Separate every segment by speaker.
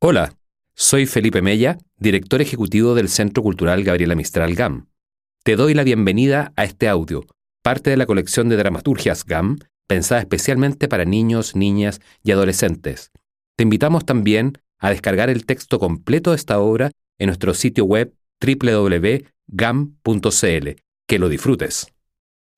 Speaker 1: Hola, soy Felipe Mella, director ejecutivo del Centro Cultural Gabriela Mistral GAM. Te doy la bienvenida a este audio, parte de la colección de dramaturgias GAM, pensada especialmente para niños, niñas y adolescentes. Te invitamos también a descargar el texto completo de esta obra en nuestro sitio web www.gam.cl. Que lo disfrutes.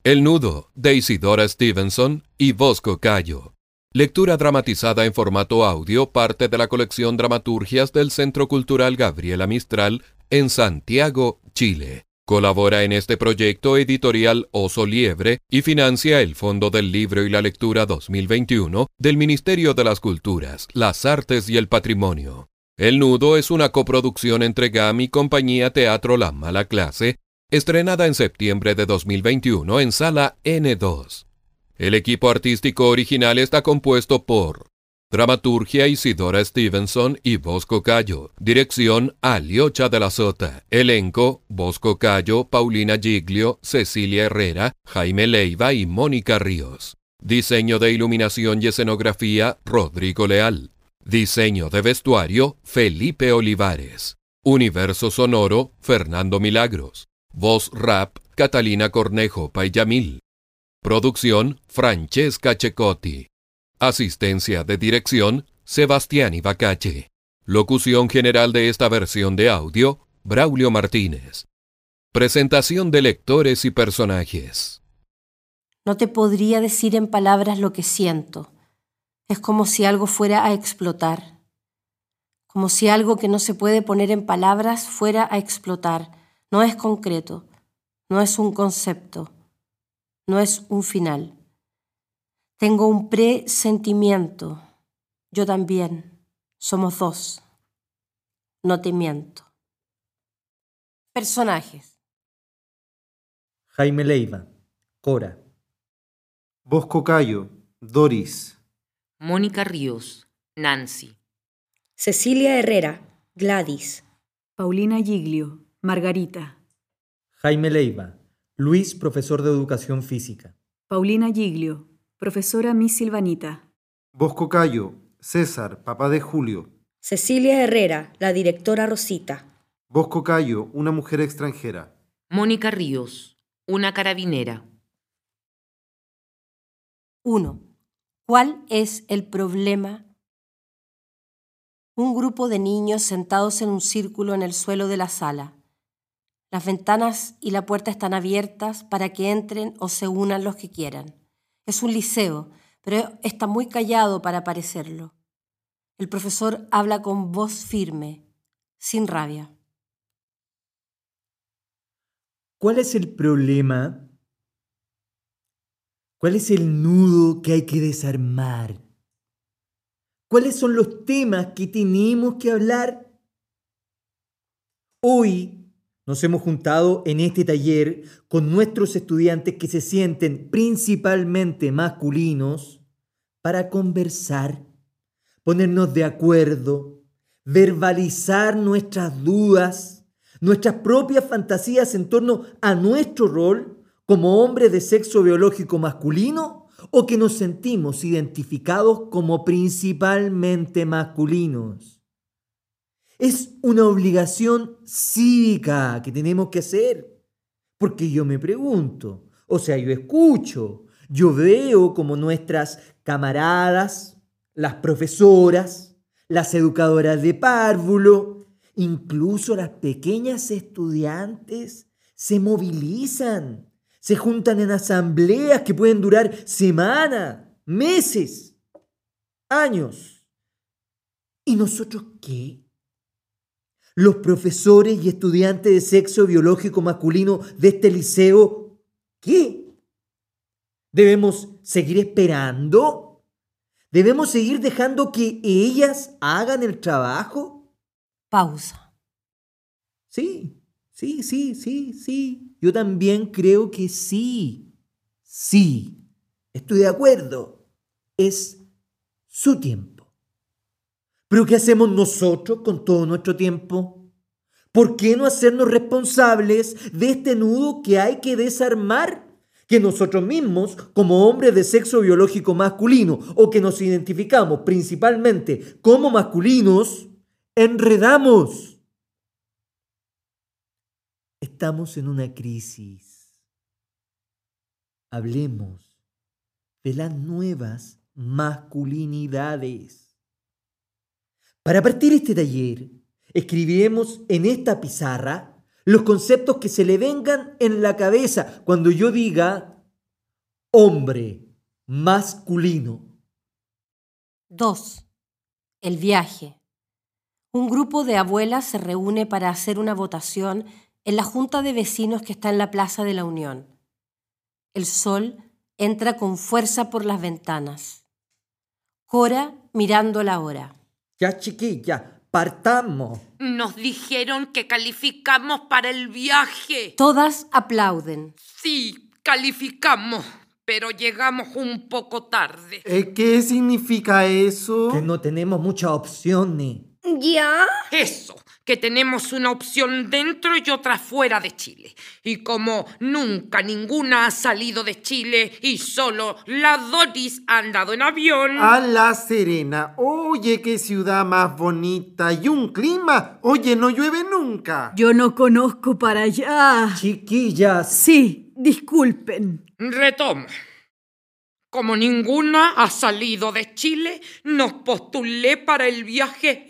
Speaker 2: El Nudo, de Isidora Stevenson y Bosco Cayo. Lectura dramatizada en formato audio, parte de la colección Dramaturgias del Centro Cultural Gabriela Mistral en Santiago, Chile. Colabora en este proyecto editorial Oso Liebre y financia el Fondo del Libro y la Lectura 2021 del Ministerio de las Culturas, las Artes y el Patrimonio. El Nudo es una coproducción entre GAM y Compañía Teatro La Mala Clase, estrenada en septiembre de 2021 en sala N2. El equipo artístico original está compuesto por Dramaturgia Isidora Stevenson y Bosco Cayo. Dirección Aliocha de la Sota. Elenco Bosco Cayo, Paulina Giglio, Cecilia Herrera, Jaime Leiva y Mónica Ríos. Diseño de iluminación y escenografía Rodrigo Leal. Diseño de vestuario Felipe Olivares. Universo sonoro Fernando Milagros. Voz rap Catalina Cornejo Payamil. Producción Francesca Checotti. Asistencia de dirección Sebastián Ibacache. Locución general de esta versión de audio Braulio Martínez. Presentación de lectores y personajes.
Speaker 3: No te podría decir en palabras lo que siento. Es como si algo fuera a explotar. Como si algo que no se puede poner en palabras fuera a explotar. No es concreto. No es un concepto. No es un final. Tengo un presentimiento. Yo también. Somos dos. No te miento. Personajes.
Speaker 4: Jaime Leiva, Cora,
Speaker 5: Bosco Cayo, Doris,
Speaker 6: Mónica Ríos, Nancy,
Speaker 7: Cecilia Herrera, Gladys,
Speaker 8: Paulina Giglio, Margarita,
Speaker 4: Jaime Leiva, Luis, profesor de educación física,
Speaker 8: Paulina Giglio, profesora Miss Silvanita,
Speaker 5: Bosco Cayo, César, papá de Julio,
Speaker 7: Cecilia Herrera, la directora Rosita,
Speaker 5: Bosco Cayo, una mujer extranjera,
Speaker 6: Mónica Ríos, una carabinera,
Speaker 3: 1. ¿Cuál es el problema? Un grupo de niños sentados en un círculo en el suelo de la sala. Las ventanas y la puerta están abiertas para que entren o se unan los que quieran. Es un liceo, pero está muy callado para parecerlo. El profesor habla con voz firme, sin rabia.
Speaker 4: ¿Cuál es el problema? ¿Cuál es el nudo que hay que desarmar? ¿Cuáles son los temas que tenemos que hablar? Hoy nos hemos juntado en este taller con nuestros estudiantes que se sienten principalmente masculinos para conversar, ponernos de acuerdo, verbalizar nuestras dudas, nuestras propias fantasías en torno a nuestro rol como hombres de sexo biológico masculino o que nos sentimos identificados como principalmente masculinos. Es una obligación cívica que tenemos que hacer. Porque yo me pregunto, o sea, yo escucho, yo veo como nuestras camaradas, las profesoras, las educadoras de párvulo, incluso las pequeñas estudiantes, se movilizan, se juntan en asambleas que pueden durar semanas, meses, años. ¿Y nosotros qué? Los profesores y estudiantes de sexo biológico masculino de este liceo, ¿qué? ¿Debemos seguir esperando? ¿Debemos seguir dejando que ellas hagan el trabajo?
Speaker 3: Pausa.
Speaker 4: Sí, sí, sí, sí, sí. Yo también creo que sí. Sí. Estoy de acuerdo. Es su tiempo. Pero ¿qué hacemos nosotros con todo nuestro tiempo? ¿Por qué no hacernos responsables de este nudo que hay que desarmar? Que nosotros mismos, como hombres de sexo biológico masculino, o que nos identificamos principalmente como masculinos, enredamos. Estamos en una crisis. Hablemos de las nuevas masculinidades. Para partir este taller, escribiremos en esta pizarra los conceptos que se le vengan en la cabeza cuando yo diga hombre masculino.
Speaker 3: 2. El viaje. Un grupo de abuelas se reúne para hacer una votación en la junta de vecinos que está en la Plaza de la Unión. El sol entra con fuerza por las ventanas. Cora mirando la hora.
Speaker 4: Ya chiquilla, partamos.
Speaker 6: Nos dijeron que calificamos para el viaje.
Speaker 3: Todas aplauden.
Speaker 6: Sí, calificamos, pero llegamos un poco tarde.
Speaker 5: Eh, ¿Qué significa eso?
Speaker 4: Que no tenemos muchas opciones.
Speaker 7: ¿Ya?
Speaker 6: Eso, que tenemos una opción dentro y otra fuera de Chile. Y como nunca ninguna ha salido de Chile y solo la Doris ha andado en
Speaker 8: Mm.
Speaker 6: avión,
Speaker 5: A La Serena. Oye, qué ciudad más bonita y un clima. Oye, no llueve nunca.
Speaker 8: Yo no conozco para allá.
Speaker 4: Chiquillas,
Speaker 8: Sí, disculpen.
Speaker 6: retomo. Como ninguna ha salido de Chile, nos postulé para el viaje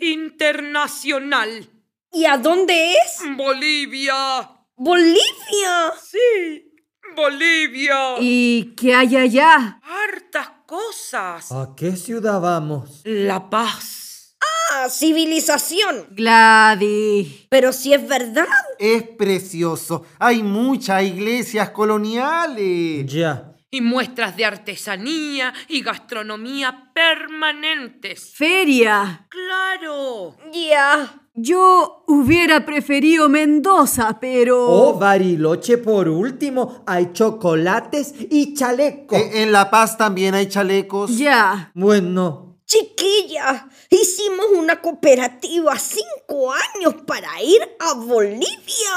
Speaker 6: internacional.
Speaker 7: ¿Y a dónde es?
Speaker 6: Bolivia.
Speaker 7: ¡Bolivia!
Speaker 6: Sí, Bolivia.
Speaker 8: ¿Y qué hay allá?
Speaker 6: Hartas cosas.
Speaker 4: ¿a qué ciudad vamos?
Speaker 6: La paz.
Speaker 7: ¡Ah, civilización!
Speaker 8: Gladys.
Speaker 7: Pero si es verdad.
Speaker 5: Es precioso. Hay muchas iglesias coloniales.
Speaker 4: Ya,
Speaker 6: Y muestras de artesanía y gastronomía permanentes.
Speaker 8: Feria.
Speaker 6: Claro.
Speaker 7: Ya.
Speaker 8: Yo hubiera preferido Mendoza, pero...
Speaker 5: Oh.
Speaker 4: O Oh, Bariloche por último, hay chocolates y chaleco.
Speaker 5: Eh, en La Paz también hay chalecos.
Speaker 8: Ya.
Speaker 4: Bueno,
Speaker 7: Chiquilla, hicimos una cooperativa cinco años para ir a Bolivia.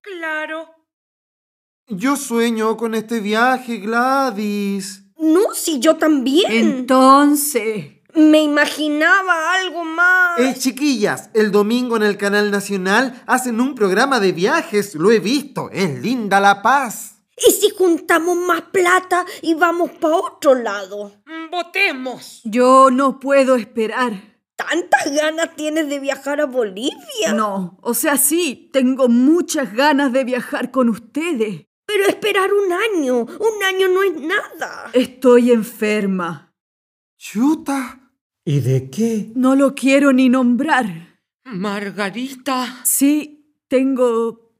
Speaker 6: Claro.
Speaker 5: Yo sueño con este viaje, Gladys.
Speaker 7: No, si yo también.
Speaker 8: Entonces...
Speaker 7: Me imaginaba algo más.
Speaker 5: Eh, chiquillas, el domingo en el Canal Nacional hacen un programa de viajes. Lo he visto. Es linda La Paz.
Speaker 7: ¿Y si juntamos más plata y vamos para otro lado?
Speaker 6: Votemos.
Speaker 8: Yo no puedo esperar.
Speaker 7: ¿Tantas ganas tienes de viajar a Bolivia?
Speaker 8: No, o sea, sí, tengo muchas ganas de viajar con ustedes.
Speaker 7: Pero esperar un año, un año no es nada.
Speaker 8: Estoy enferma.
Speaker 5: Chuta.
Speaker 4: ¿y de qué?
Speaker 8: No lo quiero ni nombrar.
Speaker 6: Margarita.
Speaker 8: Sí, tengo...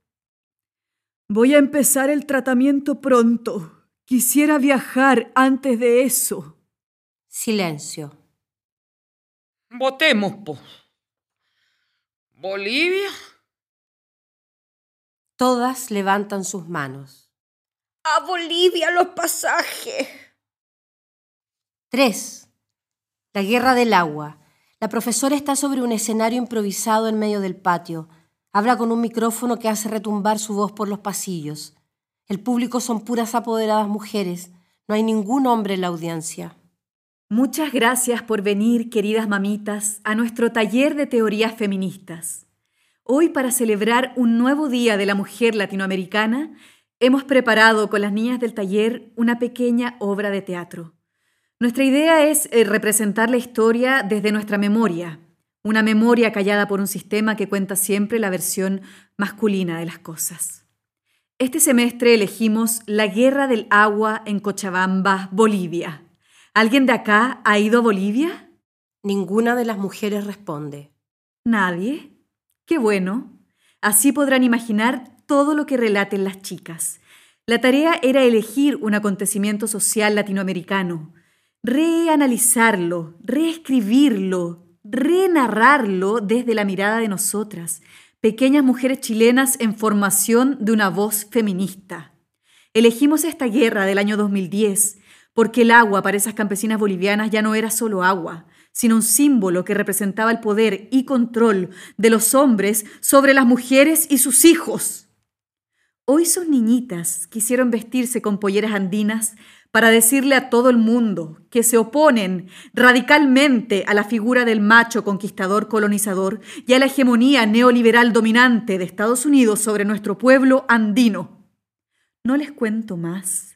Speaker 8: Voy a empezar el tratamiento pronto. Quisiera viajar antes de eso.
Speaker 3: Silencio.
Speaker 6: Votemos, po. Bolivia.
Speaker 3: Todas levantan sus manos.
Speaker 7: A Bolivia los pasajes.
Speaker 3: 3. La guerra del agua. La profesora está sobre un escenario improvisado en medio del patio. Habla con un micrófono que hace retumbar su voz por los pasillos. El público son puras apoderadas mujeres. No hay ningún hombre en la audiencia.
Speaker 8: Muchas gracias por venir, queridas mamitas, a nuestro taller de teorías feministas. Hoy, para celebrar un nuevo Día de la Mujer Latinoamericana, hemos preparado con las niñas del taller una pequeña obra de teatro. Nuestra idea es eh, representar la historia desde nuestra memoria, una memoria callada por un sistema que cuenta siempre la versión masculina de las cosas. Este semestre elegimos La Guerra del Agua en Cochabamba, Bolivia. ¿Alguien de acá ha ido a Bolivia?
Speaker 3: Ninguna de las mujeres responde.
Speaker 8: Nadie. Qué bueno. Así podrán imaginar todo lo que relaten las chicas. La tarea era elegir un acontecimiento social latinoamericano, reanalizarlo, reescribirlo, renarrarlo desde la mirada de nosotras, pequeñas mujeres chilenas en formación de una voz feminista. Elegimos esta guerra del año 2010 porque el agua para esas campesinas bolivianas ya no era solo agua, sino un símbolo que representaba el poder y control de los hombres sobre las mujeres y sus hijos. Hoy sus niñitas quisieron vestirse con polleras andinas para decirle a todo el mundo que se oponen radicalmente a la figura del macho conquistador colonizador y a la hegemonía neoliberal dominante de Estados Unidos sobre nuestro pueblo andino. No les cuento más.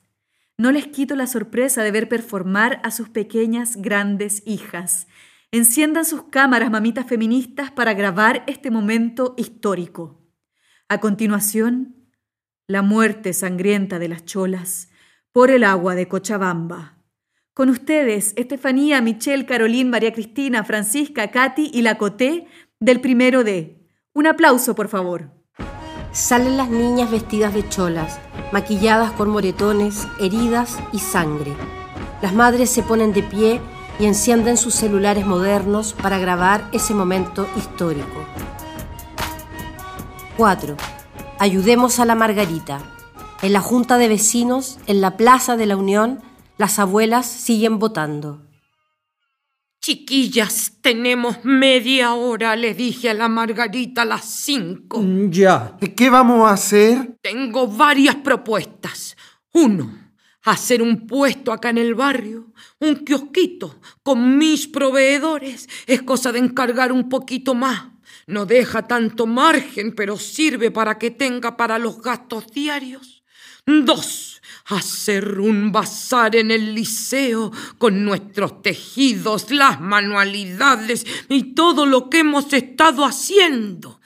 Speaker 8: No les quito la sorpresa de ver performar a sus pequeñas grandes hijas. Enciendan sus cámaras, mamitas feministas, para grabar este momento histórico. A continuación, la muerte sangrienta de las cholas por el agua de Cochabamba. Con ustedes, Estefanía, Michelle, Carolín, María Cristina, Francisca, Katy y la Coté del primero D. Un aplauso, por favor.
Speaker 3: Salen las niñas vestidas de cholas, maquilladas con moretones, heridas y sangre. Las madres se ponen de pie y encienden sus celulares modernos para grabar ese momento histórico. 4. Ayudemos a la Margarita. En la Junta de Vecinos, en la Plaza de la Unión, las abuelas siguen votando.
Speaker 6: Chiquillas, tenemos media hora, le dije a la Margarita a las cinco.
Speaker 4: Ya.
Speaker 5: ¿Qué vamos a hacer?
Speaker 6: Tengo varias propuestas. Uno, hacer un puesto acá en el barrio, un kiosquito con mis proveedores. Es cosa de encargar un poquito más. No deja tanto margen, pero sirve para que tenga para los gastos diarios. Dos, hacer un bazar en el liceo con nuestros tejidos, las manualidades y todo lo que hemos estado haciendo.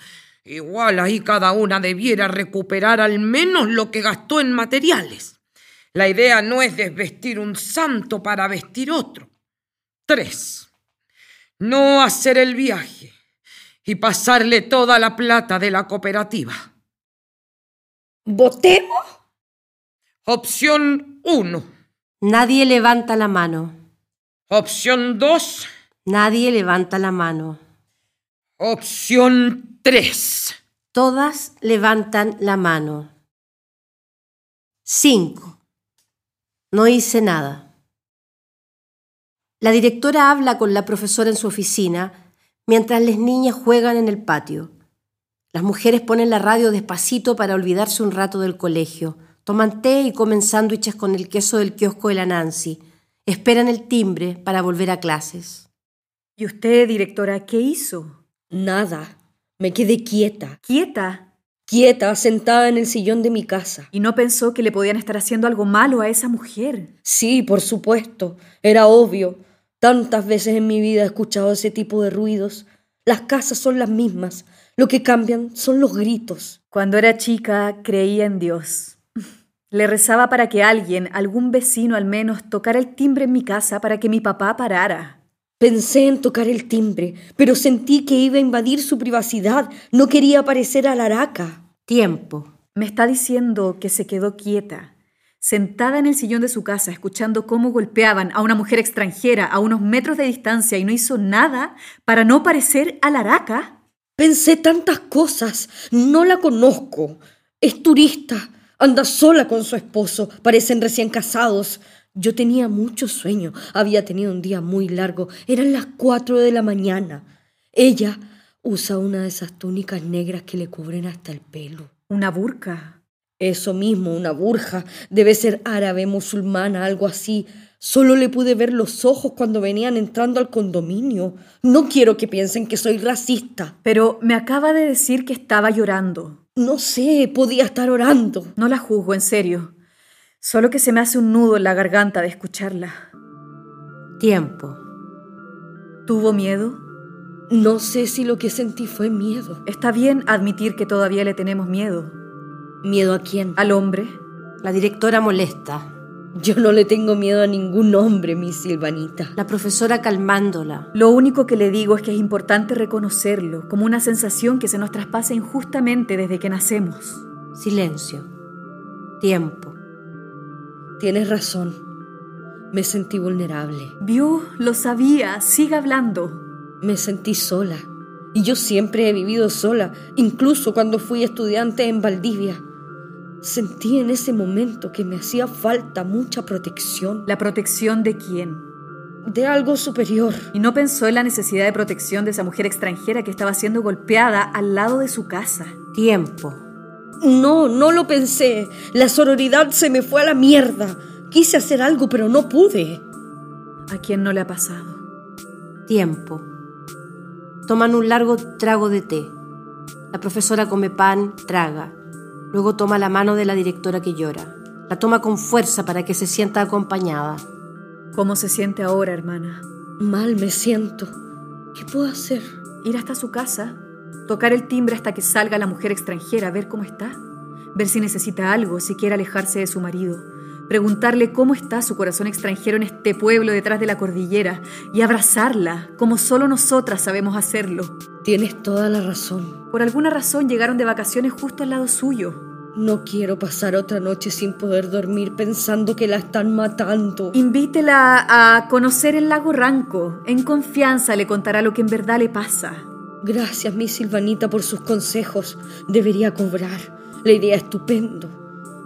Speaker 6: Igual ahí cada una debiera recuperar al menos lo que gastó en materiales. La idea no es desvestir un santo para vestir otro. Tres, no hacer el viaje y pasarle toda la plata de la cooperativa.
Speaker 7: ¿Votemos?
Speaker 6: Opción 1.
Speaker 3: Nadie levanta la mano.
Speaker 6: Opción 2.
Speaker 3: Nadie levanta la mano.
Speaker 6: Opción 3.
Speaker 3: Todas levantan la mano. 5. No hice nada. La directora habla con la profesora en su oficina mientras las niñas juegan en el patio. Las mujeres ponen la radio despacito para olvidarse un rato del colegio. Toman té y comen sándwiches con el queso del kiosco de la Nancy. Esperan el timbre para volver a clases.
Speaker 8: ¿Y usted, directora, qué hizo?
Speaker 7: Nada. Me quedé quieta.
Speaker 8: Quieta.
Speaker 7: Quieta, sentada en el sillón de mi casa.
Speaker 8: ¿Y no pensó que le podían estar haciendo algo malo a esa mujer?
Speaker 7: Sí, por supuesto. Era obvio. Tantas veces en mi vida he escuchado ese tipo de ruidos. Las casas son las mismas. Lo que cambian son los gritos.
Speaker 8: Cuando era chica creía en Dios. Le rezaba para que alguien, algún vecino al menos, tocara el timbre en mi casa para que mi papá parara.
Speaker 7: Pensé en tocar el timbre, pero sentí que iba a invadir su privacidad. No quería parecer a la araca.
Speaker 3: Tiempo.
Speaker 8: Me está diciendo que se quedó quieta, sentada en el sillón de su casa, escuchando cómo golpeaban a una mujer extranjera a unos metros de distancia y no hizo nada para no parecer a la araca.
Speaker 7: Pensé tantas cosas. No la conozco. Es turista. Anda sola con su esposo. Parecen recién casados. Yo tenía mucho sueño. Había tenido un día muy largo. Eran las cuatro de la mañana. Ella usa una de esas túnicas negras que le cubren hasta el pelo.
Speaker 8: Una burca.
Speaker 7: Eso mismo, una burja. Debe ser árabe, musulmana, algo así. Solo le pude ver los ojos cuando venían entrando al condominio. No quiero que piensen que soy racista.
Speaker 8: Pero me acaba de decir que estaba llorando.
Speaker 7: No sé, podía estar orando.
Speaker 8: No la juzgo, en serio. Solo que se me hace un nudo en la garganta de escucharla.
Speaker 3: Tiempo.
Speaker 8: ¿Tuvo miedo?
Speaker 7: No sé si lo que sentí fue miedo.
Speaker 8: Está bien admitir que todavía le tenemos miedo.
Speaker 7: ¿Miedo a quién?
Speaker 8: ¿Al hombre?
Speaker 3: La directora molesta.
Speaker 7: Yo no le tengo miedo a ningún hombre, mi Silvanita.
Speaker 3: La profesora calmándola.
Speaker 8: Lo único que le digo es que es importante reconocerlo como una sensación que se nos traspasa injustamente desde que nacemos.
Speaker 3: Silencio. Tiempo.
Speaker 7: Tienes razón. Me sentí vulnerable.
Speaker 8: Vio, lo sabía, siga hablando.
Speaker 7: Me sentí sola. Y yo siempre he vivido sola, incluso cuando fui estudiante en Valdivia. Sentí en ese momento que me hacía falta mucha protección,
Speaker 8: ¿La protección de quién?
Speaker 7: de algo superior.
Speaker 8: Y no pensó en la necesidad de protección de esa mujer extranjera que estaba siendo golpeada al lado de su casa.
Speaker 3: Tiempo.
Speaker 7: No, no lo pensé. La sororidad se me fue a la mierda. Quise hacer algo, pero no pude.
Speaker 8: ¿A quién no le ha pasado?
Speaker 3: Tiempo. Toman un largo trago de té. La profesora come pan, traga. Luego toma la mano de la directora que llora. La toma con fuerza para que se sienta acompañada.
Speaker 8: ¿Cómo se siente ahora, hermana?
Speaker 7: Mal me siento. ¿Qué puedo hacer?
Speaker 8: Ir hasta su casa, tocar el timbre hasta que salga la mujer extranjera, ver cómo está, ver si necesita algo, si quiere alejarse de su marido, preguntarle cómo está su corazón extranjero en este pueblo detrás de la cordillera y abrazarla, como solo nosotras sabemos hacerlo.
Speaker 7: Tienes toda la razón.
Speaker 8: Por alguna razón llegaron de vacaciones justo al lado suyo.
Speaker 7: No quiero pasar otra noche sin poder dormir pensando que la están matando.
Speaker 8: Invítela a conocer el lago Ranco. En confianza le contará lo que en verdad le pasa.
Speaker 7: Gracias, mi Silvanita, por sus consejos. Debería cobrar. Le iría estupendo.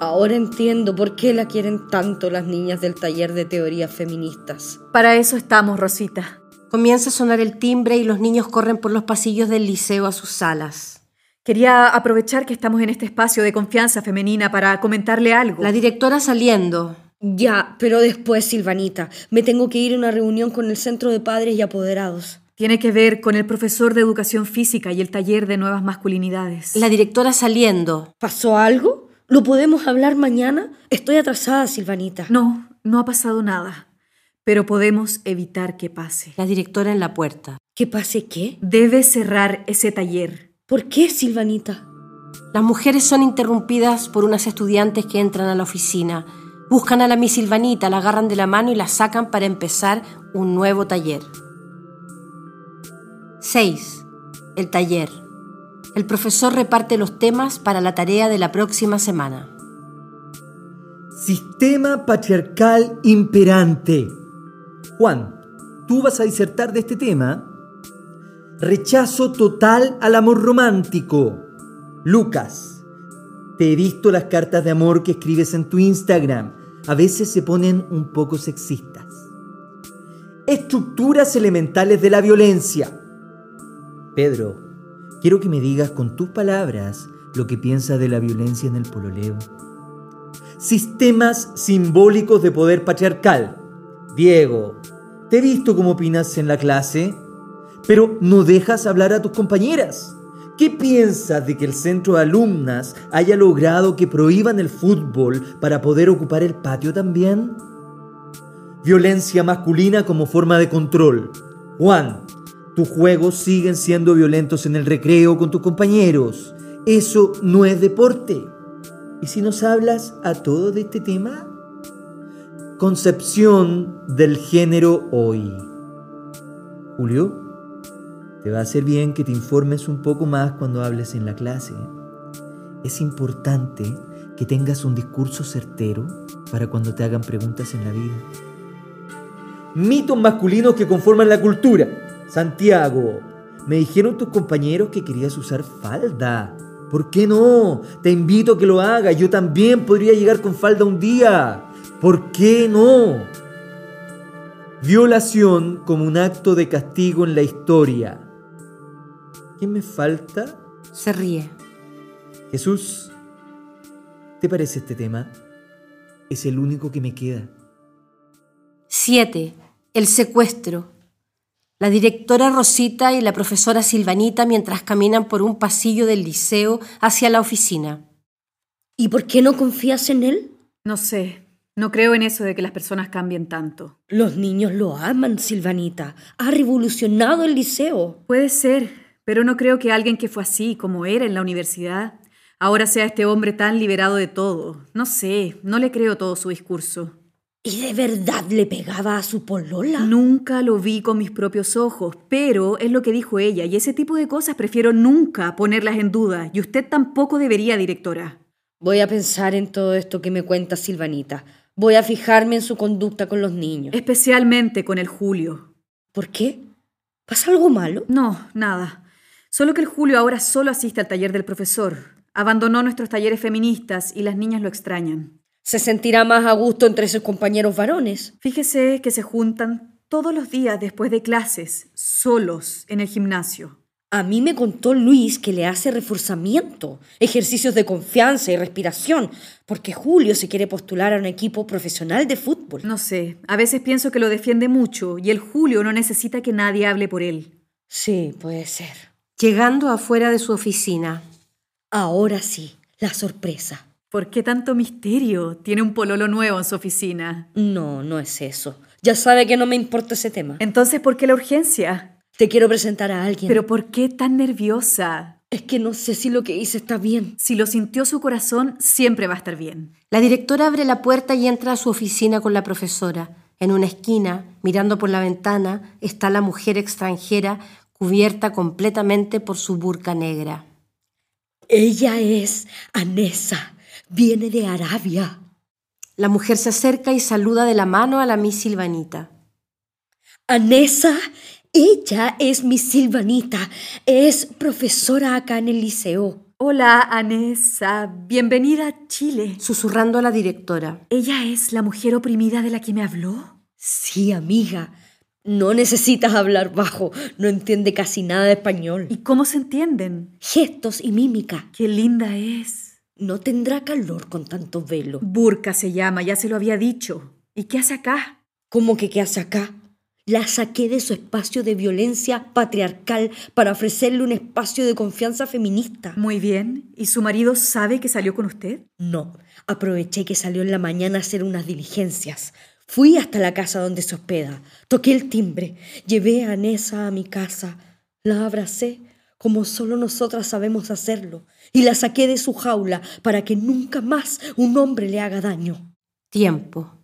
Speaker 7: Ahora entiendo por qué la quieren tanto las niñas del taller de teorías feministas.
Speaker 8: Para eso estamos, Rosita.
Speaker 3: Comienza a sonar el timbre y los niños corren por los pasillos del liceo a sus salas.
Speaker 8: Quería aprovechar que estamos en este espacio de confianza femenina para comentarle algo.
Speaker 3: La directora saliendo.
Speaker 7: Ya, pero después, Silvanita, me tengo que ir a una reunión con el Centro de Padres y Apoderados.
Speaker 8: Tiene que ver con el profesor de educación física y el taller de nuevas masculinidades.
Speaker 3: La directora saliendo.
Speaker 7: ¿Pasó algo? ¿Lo podemos hablar mañana? Estoy atrasada, Silvanita.
Speaker 8: No, no ha pasado nada, pero podemos evitar que pase.
Speaker 3: La directora en la puerta.
Speaker 7: ¿Qué pase qué?
Speaker 8: Debe cerrar ese taller.
Speaker 7: ¿Por qué, Silvanita?
Speaker 3: Las mujeres son interrumpidas por unas estudiantes que entran a la oficina. Buscan a la Miss Silvanita, la agarran de la mano y la sacan para empezar un nuevo taller. 6. El taller. El profesor reparte los temas para la tarea de la próxima semana.
Speaker 4: Sistema patriarcal imperante. Juan, tú vas a disertar de este tema. Rechazo total al amor romántico. Lucas, te he visto las cartas de amor que escribes en tu Instagram. A veces se ponen un poco sexistas. Estructuras elementales de la violencia. Pedro, quiero que me digas con tus palabras lo que piensas de la violencia en el pololeo. Sistemas simbólicos de poder patriarcal. Diego, te he visto cómo opinas en la clase, pero no dejas hablar a tus compañeras. ¿Qué piensas de que el centro de alumnas haya logrado que prohíban el fútbol para poder ocupar el patio también? Violencia masculina como forma de control. Juan, tus juegos siguen siendo violentos en el recreo con tus compañeros. Eso no es deporte. ¿Y si nos hablas a todo de este tema? Concepción del género hoy. Julio, te va a hacer bien que te informes un poco más cuando hables en la clase. Es importante que tengas un discurso certero para cuando te hagan preguntas en la vida. Mitos masculinos que conforman la cultura. Santiago, me dijeron tus compañeros que querías usar falda. ¿Por qué no? Te invito a que lo hagas. Yo también podría llegar con falda un día. ¿Por qué no? Violación como un acto de castigo en la historia. ¿Qué me falta?
Speaker 3: Se ríe.
Speaker 4: Jesús, ¿te parece este tema? Es el único que me queda.
Speaker 3: 7. El secuestro. La directora Rosita y la profesora Silvanita mientras caminan por un pasillo del liceo hacia la oficina.
Speaker 7: ¿Y por qué no confías en él?
Speaker 8: No sé, no creo en eso de que las personas cambien tanto.
Speaker 7: Los niños lo aman, Silvanita. Ha revolucionado el liceo.
Speaker 8: Puede ser, pero no creo que alguien que fue así, como era en la universidad, ahora sea este hombre tan liberado de todo. No sé, no le creo todo su discurso.
Speaker 7: ¿Y de verdad le pegaba a su polola?
Speaker 8: Nunca lo vi con mis propios ojos, pero es lo que dijo ella, y ese tipo de cosas prefiero nunca ponerlas en duda, y usted tampoco debería, directora.
Speaker 7: Voy a pensar en todo esto que me cuenta Silvanita. Voy a fijarme en su conducta con los niños.
Speaker 8: Especialmente con el Julio.
Speaker 7: ¿Por qué? ¿Pasa algo malo?
Speaker 8: No, nada. Solo que el Julio ahora solo asiste al taller del profesor. Abandonó nuestros talleres feministas y las niñas lo extrañan.
Speaker 7: Se sentirá más a gusto entre sus compañeros varones.
Speaker 8: Fíjese que se juntan todos los días después de clases, solos, en el gimnasio.
Speaker 7: A mí me contó Luis que le hace reforzamiento, ejercicios de confianza y respiración, porque Julio se quiere postular a un equipo profesional de fútbol.
Speaker 8: No sé, a veces pienso que lo defiende mucho y el Julio no necesita que nadie hable por él.
Speaker 7: Sí, puede ser.
Speaker 3: Llegando afuera de su oficina,
Speaker 7: Ahora sí, la sorpresa.
Speaker 8: ¿Por qué tanto misterio? Tiene un pololo nuevo en su oficina.
Speaker 7: No, no es eso. Ya sabe que no me importa ese tema.
Speaker 8: Entonces, ¿por qué la urgencia?
Speaker 7: Te quiero presentar a alguien.
Speaker 8: ¿Pero por qué tan nerviosa?
Speaker 7: es que no sé si lo que hice está bien.
Speaker 8: Si lo sintió su corazón, siempre va a estar bien.
Speaker 3: la directora abre la puerta y entra a su oficina con la profesora. En una esquina, mirando por la ventana, está la mujer extranjera cubierta completamente por su burka negra.
Speaker 7: Ella es Anesa. Viene de Arabia.
Speaker 3: La mujer se acerca y saluda de la mano a la Miss Silvanita.
Speaker 7: Anesa, ella es mi silvanita. Es profesora acá en el liceo.
Speaker 8: Hola, Anesa. Bienvenida a Chile.
Speaker 3: Susurrando a la directora,
Speaker 8: ¿Ella es la mujer oprimida de la que me habló?
Speaker 7: Sí, amiga. No necesitas hablar bajo. No entiende casi nada de español.
Speaker 8: ¿Y cómo se entienden?
Speaker 7: Gestos y mímica.
Speaker 8: ¡Qué linda es!
Speaker 7: No tendrá calor con tanto velo.
Speaker 8: Burka se llama, ya se lo había dicho. ¿Y qué hace acá?
Speaker 7: ¿Cómo que qué hace acá? La saqué de su espacio de violencia patriarcal para ofrecerle un espacio de confianza feminista.
Speaker 8: Muy bien. ¿Y su marido sabe que salió con usted?
Speaker 7: No, aproveché que salió en la mañana a hacer unas diligencias. Fui hasta la casa donde se hospeda, toqué el timbre, llevé a Nessa a mi casa, la abracé como solo nosotras sabemos hacerlo y la saqué de su jaula para que nunca más un hombre le haga daño.
Speaker 3: tiempo.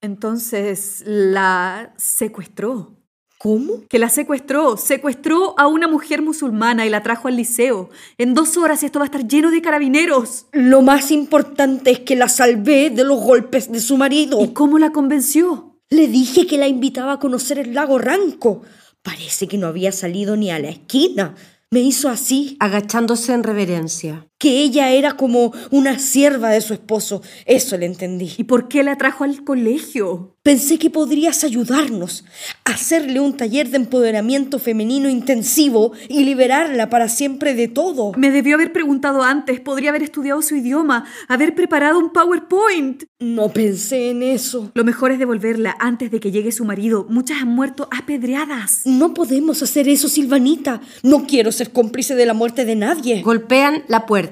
Speaker 8: Entonces, la secuestró.
Speaker 7: ¿Cómo?
Speaker 8: Que la secuestró. Secuestró a una mujer musulmana y la trajo al liceo. En dos horas esto va a estar lleno de carabineros.
Speaker 7: Lo más importante es que la salvé de los golpes de su marido.
Speaker 8: ¿Y cómo la convenció?
Speaker 7: Le dije que la invitaba a conocer el lago Ranco. Parece que no había salido ni a la esquina. Me hizo así,
Speaker 3: Agachándose en reverencia.
Speaker 7: que ella era como una sierva de su esposo. Eso le entendí.
Speaker 8: ¿Y por qué la trajo al colegio?
Speaker 7: Pensé que podrías ayudarnos, hacerle un taller de empoderamiento femenino intensivo y liberarla para siempre de todo.
Speaker 8: Me debió haber preguntado antes, podría haber estudiado su idioma, haber preparado un PowerPoint.
Speaker 7: No pensé en eso.
Speaker 8: Lo mejor es devolverla antes de que llegue su marido. Muchas han muerto apedreadas.
Speaker 7: No podemos hacer eso, Silvanita. No quiero ser cómplice de la muerte de nadie.
Speaker 3: Golpean la puerta.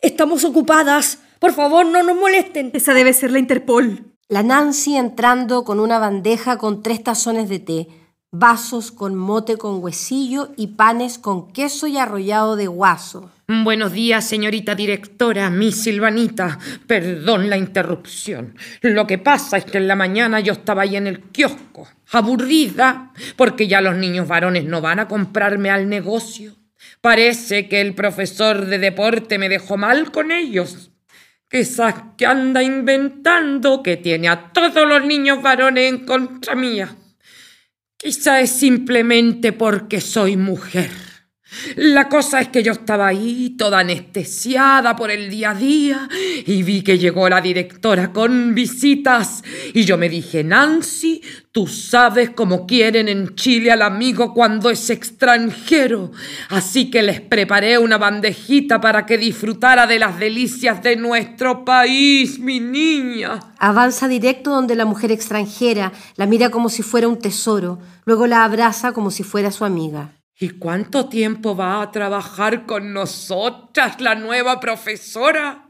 Speaker 7: Estamos ocupadas. Por favor, no nos molesten.
Speaker 8: Esa debe ser la Interpol.
Speaker 3: La Nancy entrando con una bandeja con tres tazones de té, vasos con mote con huesillo y panes con queso y arrollado de guaso.
Speaker 6: Mm, Buenos días, señorita directora, mi Silvanita. Perdón la interrupción. Lo que pasa es que en la mañana yo estaba ahí en el kiosco, aburrida, porque ya los niños varones no van a comprarme al negocio. Parece que el profesor de deporte me dejó mal con ellos. Quizás que anda inventando que tiene a todos los niños varones en contra mía. Quizá es simplemente porque soy mujer. La cosa es que yo estaba ahí, toda anestesiada por el día a día, y vi que llegó la directora con visitas, y yo me dije, Nancy, tú sabes cómo quieren en Chile al amigo cuando es extranjero, así que les preparé una bandejita para que disfrutara de las delicias de nuestro país, mi niña.
Speaker 3: Avanza directo donde la mujer extranjera la mira como si fuera un tesoro, luego la abraza como si fuera su amiga.
Speaker 6: ¿Y cuánto tiempo va a trabajar con nosotras la nueva profesora?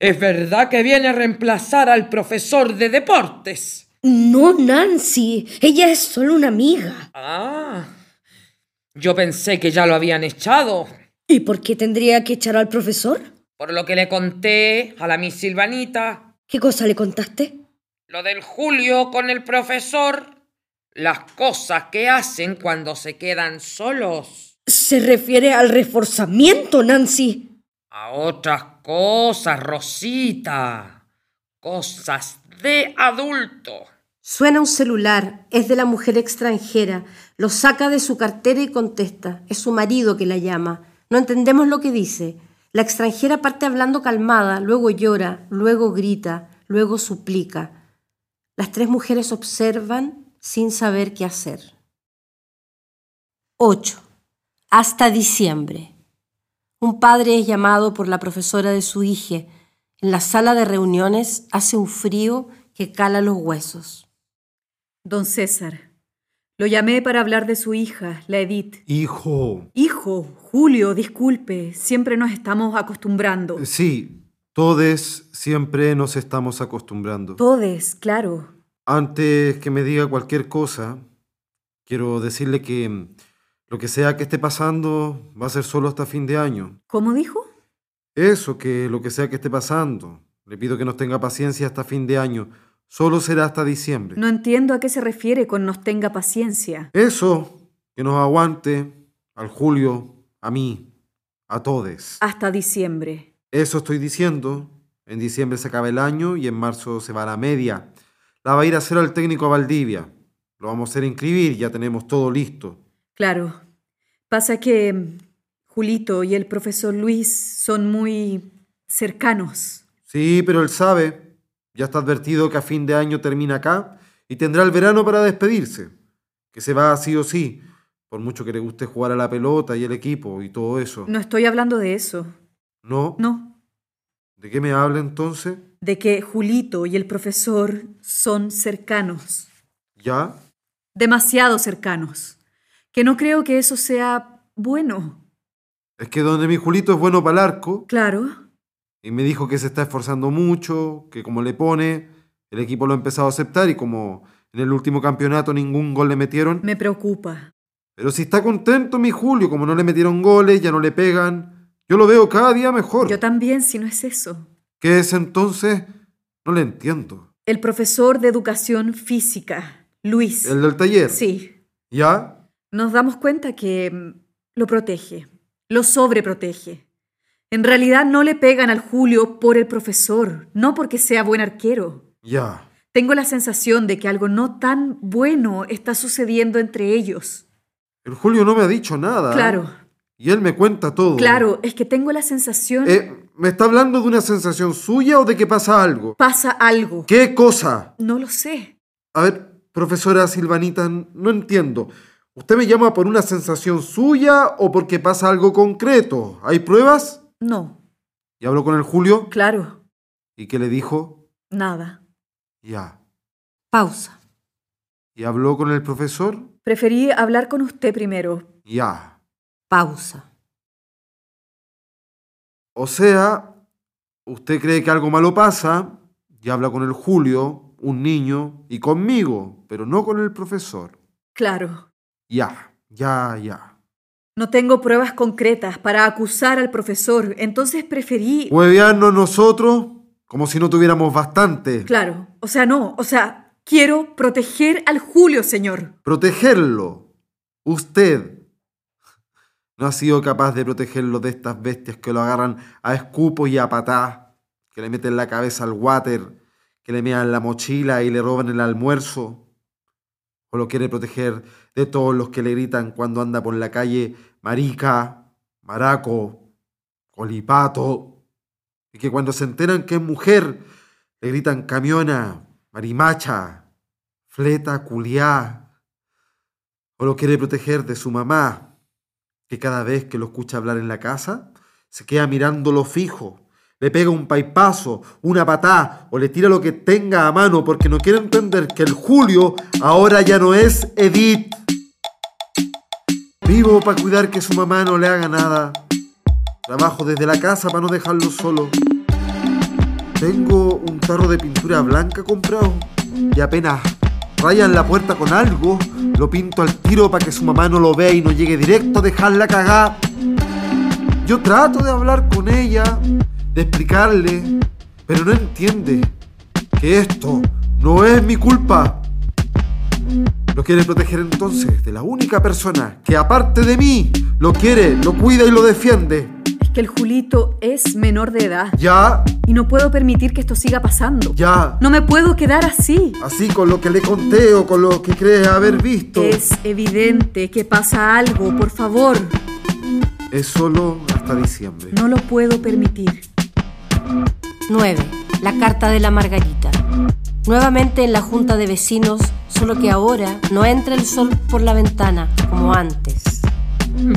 Speaker 6: Es verdad que viene a reemplazar al profesor de deportes.
Speaker 7: No, Nancy. Ella es solo una amiga.
Speaker 6: Ah, yo pensé que ya lo habían echado.
Speaker 7: ¿Y por qué tendría que echar al profesor?
Speaker 6: Por lo que le conté a la Miss Silvanita,
Speaker 7: ¿Qué cosa le contaste?
Speaker 6: lo del Julio con el profesor, las cosas que hacen cuando se quedan solos.
Speaker 7: Se refiere al reforzamiento, Nancy.
Speaker 6: A otras cosas, Rosita. Cosas de adulto.
Speaker 3: Suena un celular, es de la mujer extranjera, lo saca de su cartera y contesta. Es su marido que la llama. No entendemos lo que dice. La extranjera parte hablando calmada, luego llora, luego grita, luego suplica. Las tres mujeres observan sin saber qué hacer. 8. hasta diciembre. Un padre es llamado por la profesora de su hija. En la sala de reuniones hace un frío que cala los huesos.
Speaker 8: Don César, lo llamé para hablar de su hija, la Edith.
Speaker 5: Hijo.
Speaker 8: Hijo, Julio, disculpe, siempre nos estamos acostumbrando.
Speaker 5: Sí, todes siempre nos estamos acostumbrando.
Speaker 8: Todes, claro.
Speaker 5: Antes que me diga cualquier cosa, quiero decirle que mm, lo que sea que esté pasando va a ser solo hasta fin de año.
Speaker 8: ¿Cómo dijo?
Speaker 5: Eso, que lo que sea que esté pasando. Le pido que nos tenga paciencia hasta fin de año. Solo será hasta diciembre.
Speaker 8: No entiendo a qué se refiere con nos tenga paciencia.
Speaker 5: Eso, que nos aguante al Julio, a mí, a todes.
Speaker 8: Hasta diciembre.
Speaker 5: Eso estoy diciendo. En diciembre se acaba el año y en marzo se va a la media. La va a ir a hacer al técnico a Valdivia. Lo vamos a hacer inscribir, ya tenemos todo listo.
Speaker 8: Claro. Pasa que mm, Julito y el profesor Luis son muy cercanos.
Speaker 5: Sí, pero él sabe. Ya está advertido que a fin de año termina acá y tendrá el verano para despedirse. Que se va sí o sí, por mucho que le guste jugar a la pelota y el equipo y todo eso.
Speaker 8: No estoy hablando de eso.
Speaker 5: ¿No?
Speaker 8: No,
Speaker 5: ¿De qué me habla entonces?
Speaker 8: de que Julito y el profesor son cercanos.
Speaker 5: ¿Ya?
Speaker 8: Demasiado cercanos. Que no creo que eso sea bueno.
Speaker 5: Es que donde mi Julito es bueno para el arco
Speaker 8: Claro.
Speaker 5: y me dijo que se está esforzando mucho, que como le pone, el equipo lo ha empezado a aceptar y como en el último campeonato ningún gol le metieron,
Speaker 8: Me preocupa.
Speaker 5: Pero si está contento mi Julio, como no le metieron goles, ya no le pegan. Yo lo veo cada día mejor.
Speaker 8: Yo también, si no es eso.
Speaker 5: ¿Qué es entonces? No le entiendo.
Speaker 8: El profesor de educación física, Luis.
Speaker 5: ¿El del taller?
Speaker 8: Sí.
Speaker 5: ¿Ya?
Speaker 8: Nos damos cuenta que mm, lo protege. Lo sobreprotege. En realidad no le pegan al Julio por el profesor, no porque sea buen arquero.
Speaker 5: Ya.
Speaker 8: Tengo la sensación de que algo no tan bueno está sucediendo entre ellos.
Speaker 5: El Julio no me ha dicho nada.
Speaker 8: Claro,
Speaker 5: Y él me cuenta todo.
Speaker 8: claro, es que tengo la sensación
Speaker 5: Eh, ¿Me está hablando de una sensación suya o de que pasa algo?
Speaker 8: pasa algo.
Speaker 5: ¿Qué cosa?
Speaker 8: No lo sé.
Speaker 5: A ver, profesora Silvanita, no entiendo. ¿Usted me llama por una sensación suya o porque pasa algo concreto? ¿Hay pruebas?
Speaker 8: No,
Speaker 5: ¿Y habló con el Julio?
Speaker 8: claro,
Speaker 5: ¿Y qué le dijo?
Speaker 8: nada.
Speaker 5: Ya.
Speaker 3: Pausa.
Speaker 5: ¿Y habló con el profesor?
Speaker 8: Preferí hablar con usted primero.
Speaker 5: Ya.
Speaker 3: Pausa.
Speaker 5: O sea, usted cree que algo malo pasa y habla con el Julio, un niño, y conmigo, pero no con el profesor.
Speaker 8: Claro,
Speaker 5: Ya, ya, ya.
Speaker 8: no tengo pruebas concretas para acusar al profesor, entonces preferí...
Speaker 5: Huevearnos nosotros como si no tuviéramos bastante.
Speaker 8: Claro, o sea, no, o sea, quiero proteger al Julio, señor.
Speaker 5: Protegerlo. Usted no ha sido capaz de protegerlo de estas bestias que lo agarran a escupo y a patá, que le meten la cabeza al water, que le mean la mochila y le roban el almuerzo. O lo quiere proteger de todos los que le gritan cuando anda por la calle marica, maraco, colipato, y que cuando se enteran que es mujer le gritan camiona, marimacha, fleta, culiá o lo quiere proteger de su mamá, que cada vez que lo escucha hablar en la casa, se queda mirándolo fijo, le pega un paipazo, una patá o le tira lo que tenga a mano porque no quiere entender que el Julio ahora ya no es Edith. Vivo para cuidar que su mamá no le haga nada. Trabajo desde la casa para no dejarlo solo. Tengo un tarro de pintura blanca comprado y apenas rayan la puerta con algo, lo pinto al tiro para que su mamá no lo vea y no llegue directo a dejarla cagada. Yo trato de hablar con ella, de explicarle, pero no entiende que esto no es mi culpa. Lo quiere proteger entonces de la única persona que aparte de mí lo quiere, lo cuida y lo defiende.
Speaker 8: Es que el Julito es menor de edad
Speaker 5: Ya,
Speaker 8: y no puedo permitir que esto siga pasando.
Speaker 5: ya.
Speaker 8: No me puedo quedar así.
Speaker 5: Así con lo que le conté o con lo que crees haber visto.
Speaker 8: Es evidente que pasa algo, por favor.
Speaker 5: Es solo hasta diciembre.
Speaker 8: No lo puedo permitir.
Speaker 3: 9. La carta de la Margarita. Nuevamente en la junta de vecinos, solo que ahora no entra el sol por la ventana como antes.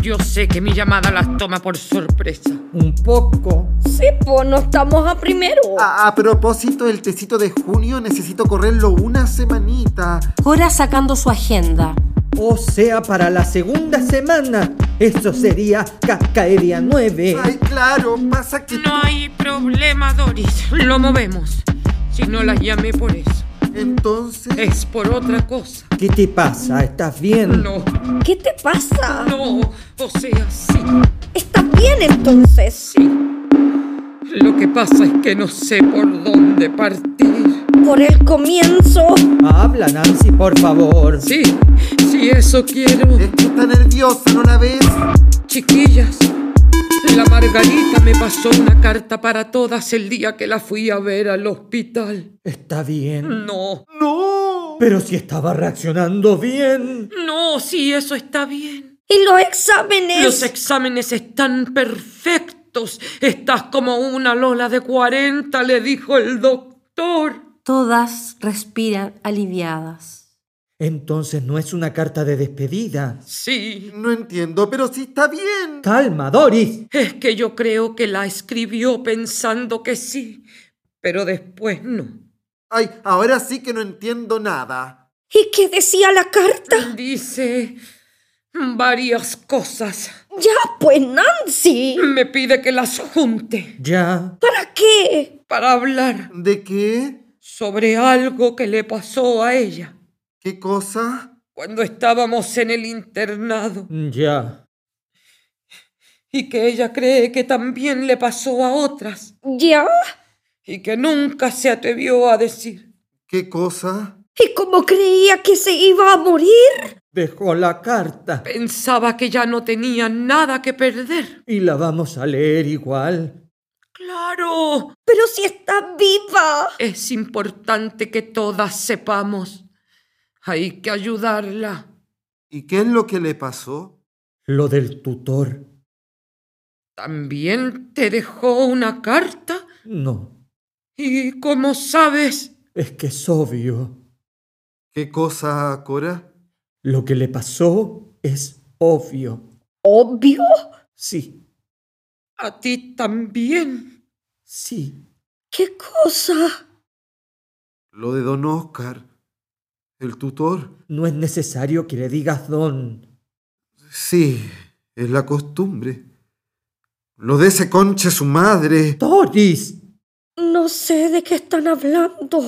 Speaker 6: Yo sé que mi llamada las toma por sorpresa.
Speaker 4: Un poco.
Speaker 9: Sí, pues no estamos a primero.
Speaker 5: A, a propósito del tecito de junio, necesito correrlo una semanita.
Speaker 3: Cora sacando su agenda.
Speaker 4: O sea, para la segunda semana. Eso sería cascaería 9.
Speaker 5: Ay, claro, pasa que...
Speaker 6: No hay problema, Doris. Lo movemos. Si no las llamé por eso,
Speaker 5: Entonces...
Speaker 6: es por otra cosa.
Speaker 4: ¿Qué te pasa? ¿Estás bien?
Speaker 6: No,
Speaker 9: ¿Qué te pasa?
Speaker 6: no. O sea, sí,
Speaker 9: ¿Estás bien entonces?
Speaker 6: sí. Lo que pasa es que no sé por dónde partir.
Speaker 9: Por el comienzo.
Speaker 4: Habla, Nancy, por favor.
Speaker 6: Sí, sí, eso quiero.
Speaker 5: Es que está nerviosa, ¿no la ves?
Speaker 6: Chiquillas, la Margarita me pasó una carta para todas el día que la fui a ver al hospital.
Speaker 4: Está bien.
Speaker 6: No,
Speaker 5: No.
Speaker 4: Pero si estaba reaccionando bien.
Speaker 6: no, sí, eso está bien.
Speaker 9: ¿Y los exámenes?
Speaker 6: Los exámenes están perfectos. Estás como una Lola de 40, le dijo el doctor.
Speaker 3: Todas respiran aliviadas.
Speaker 4: Entonces no es una carta de despedida.
Speaker 6: Sí,
Speaker 5: No entiendo, pero sí está bien.
Speaker 4: Calma, Doris.
Speaker 6: es que yo creo que la escribió pensando que sí, pero después no.
Speaker 5: Ay, ahora sí que no entiendo nada.
Speaker 9: ¿Y qué decía la carta?
Speaker 6: Dice varias cosas.
Speaker 9: Ya, pues Nancy.
Speaker 6: Me pide que las junte.
Speaker 4: Ya.
Speaker 9: ¿Para qué?
Speaker 6: para hablar
Speaker 5: ¿De qué?
Speaker 6: sobre algo que le pasó a ella
Speaker 5: ¿Qué cosa?
Speaker 6: cuando estábamos en el internado
Speaker 4: Ya.
Speaker 6: y que ella cree que también le pasó a otras
Speaker 9: ¿Ya?
Speaker 6: y que nunca se atrevió a decir.
Speaker 5: ¿Qué cosa?
Speaker 9: ¿Y cómo creía que se iba a morir?
Speaker 4: Dejó la carta.
Speaker 6: Pensaba que ya no tenía nada que perder.
Speaker 4: Y la vamos a leer igual.
Speaker 6: Claro,
Speaker 9: Pero si está viva.
Speaker 6: es importante que todas sepamos. Hay que ayudarla.
Speaker 5: ¿Y qué es lo que le pasó?
Speaker 4: Lo del tutor.
Speaker 6: También te dejó una carta
Speaker 4: No.
Speaker 6: y, como sabes,
Speaker 4: Es que es obvio.
Speaker 5: ¿Qué cosa, Cora?
Speaker 4: Lo que le pasó es obvio.
Speaker 9: ¿Obvio?
Speaker 4: Sí.
Speaker 6: a ti también.
Speaker 4: Sí.
Speaker 9: ¿Qué cosa?
Speaker 5: Lo de don Oscar. El tutor.
Speaker 4: No es necesario que le digas don.
Speaker 5: Sí, es la costumbre. Lo de ese conche su madre.
Speaker 4: Doris.
Speaker 9: No sé de qué están hablando.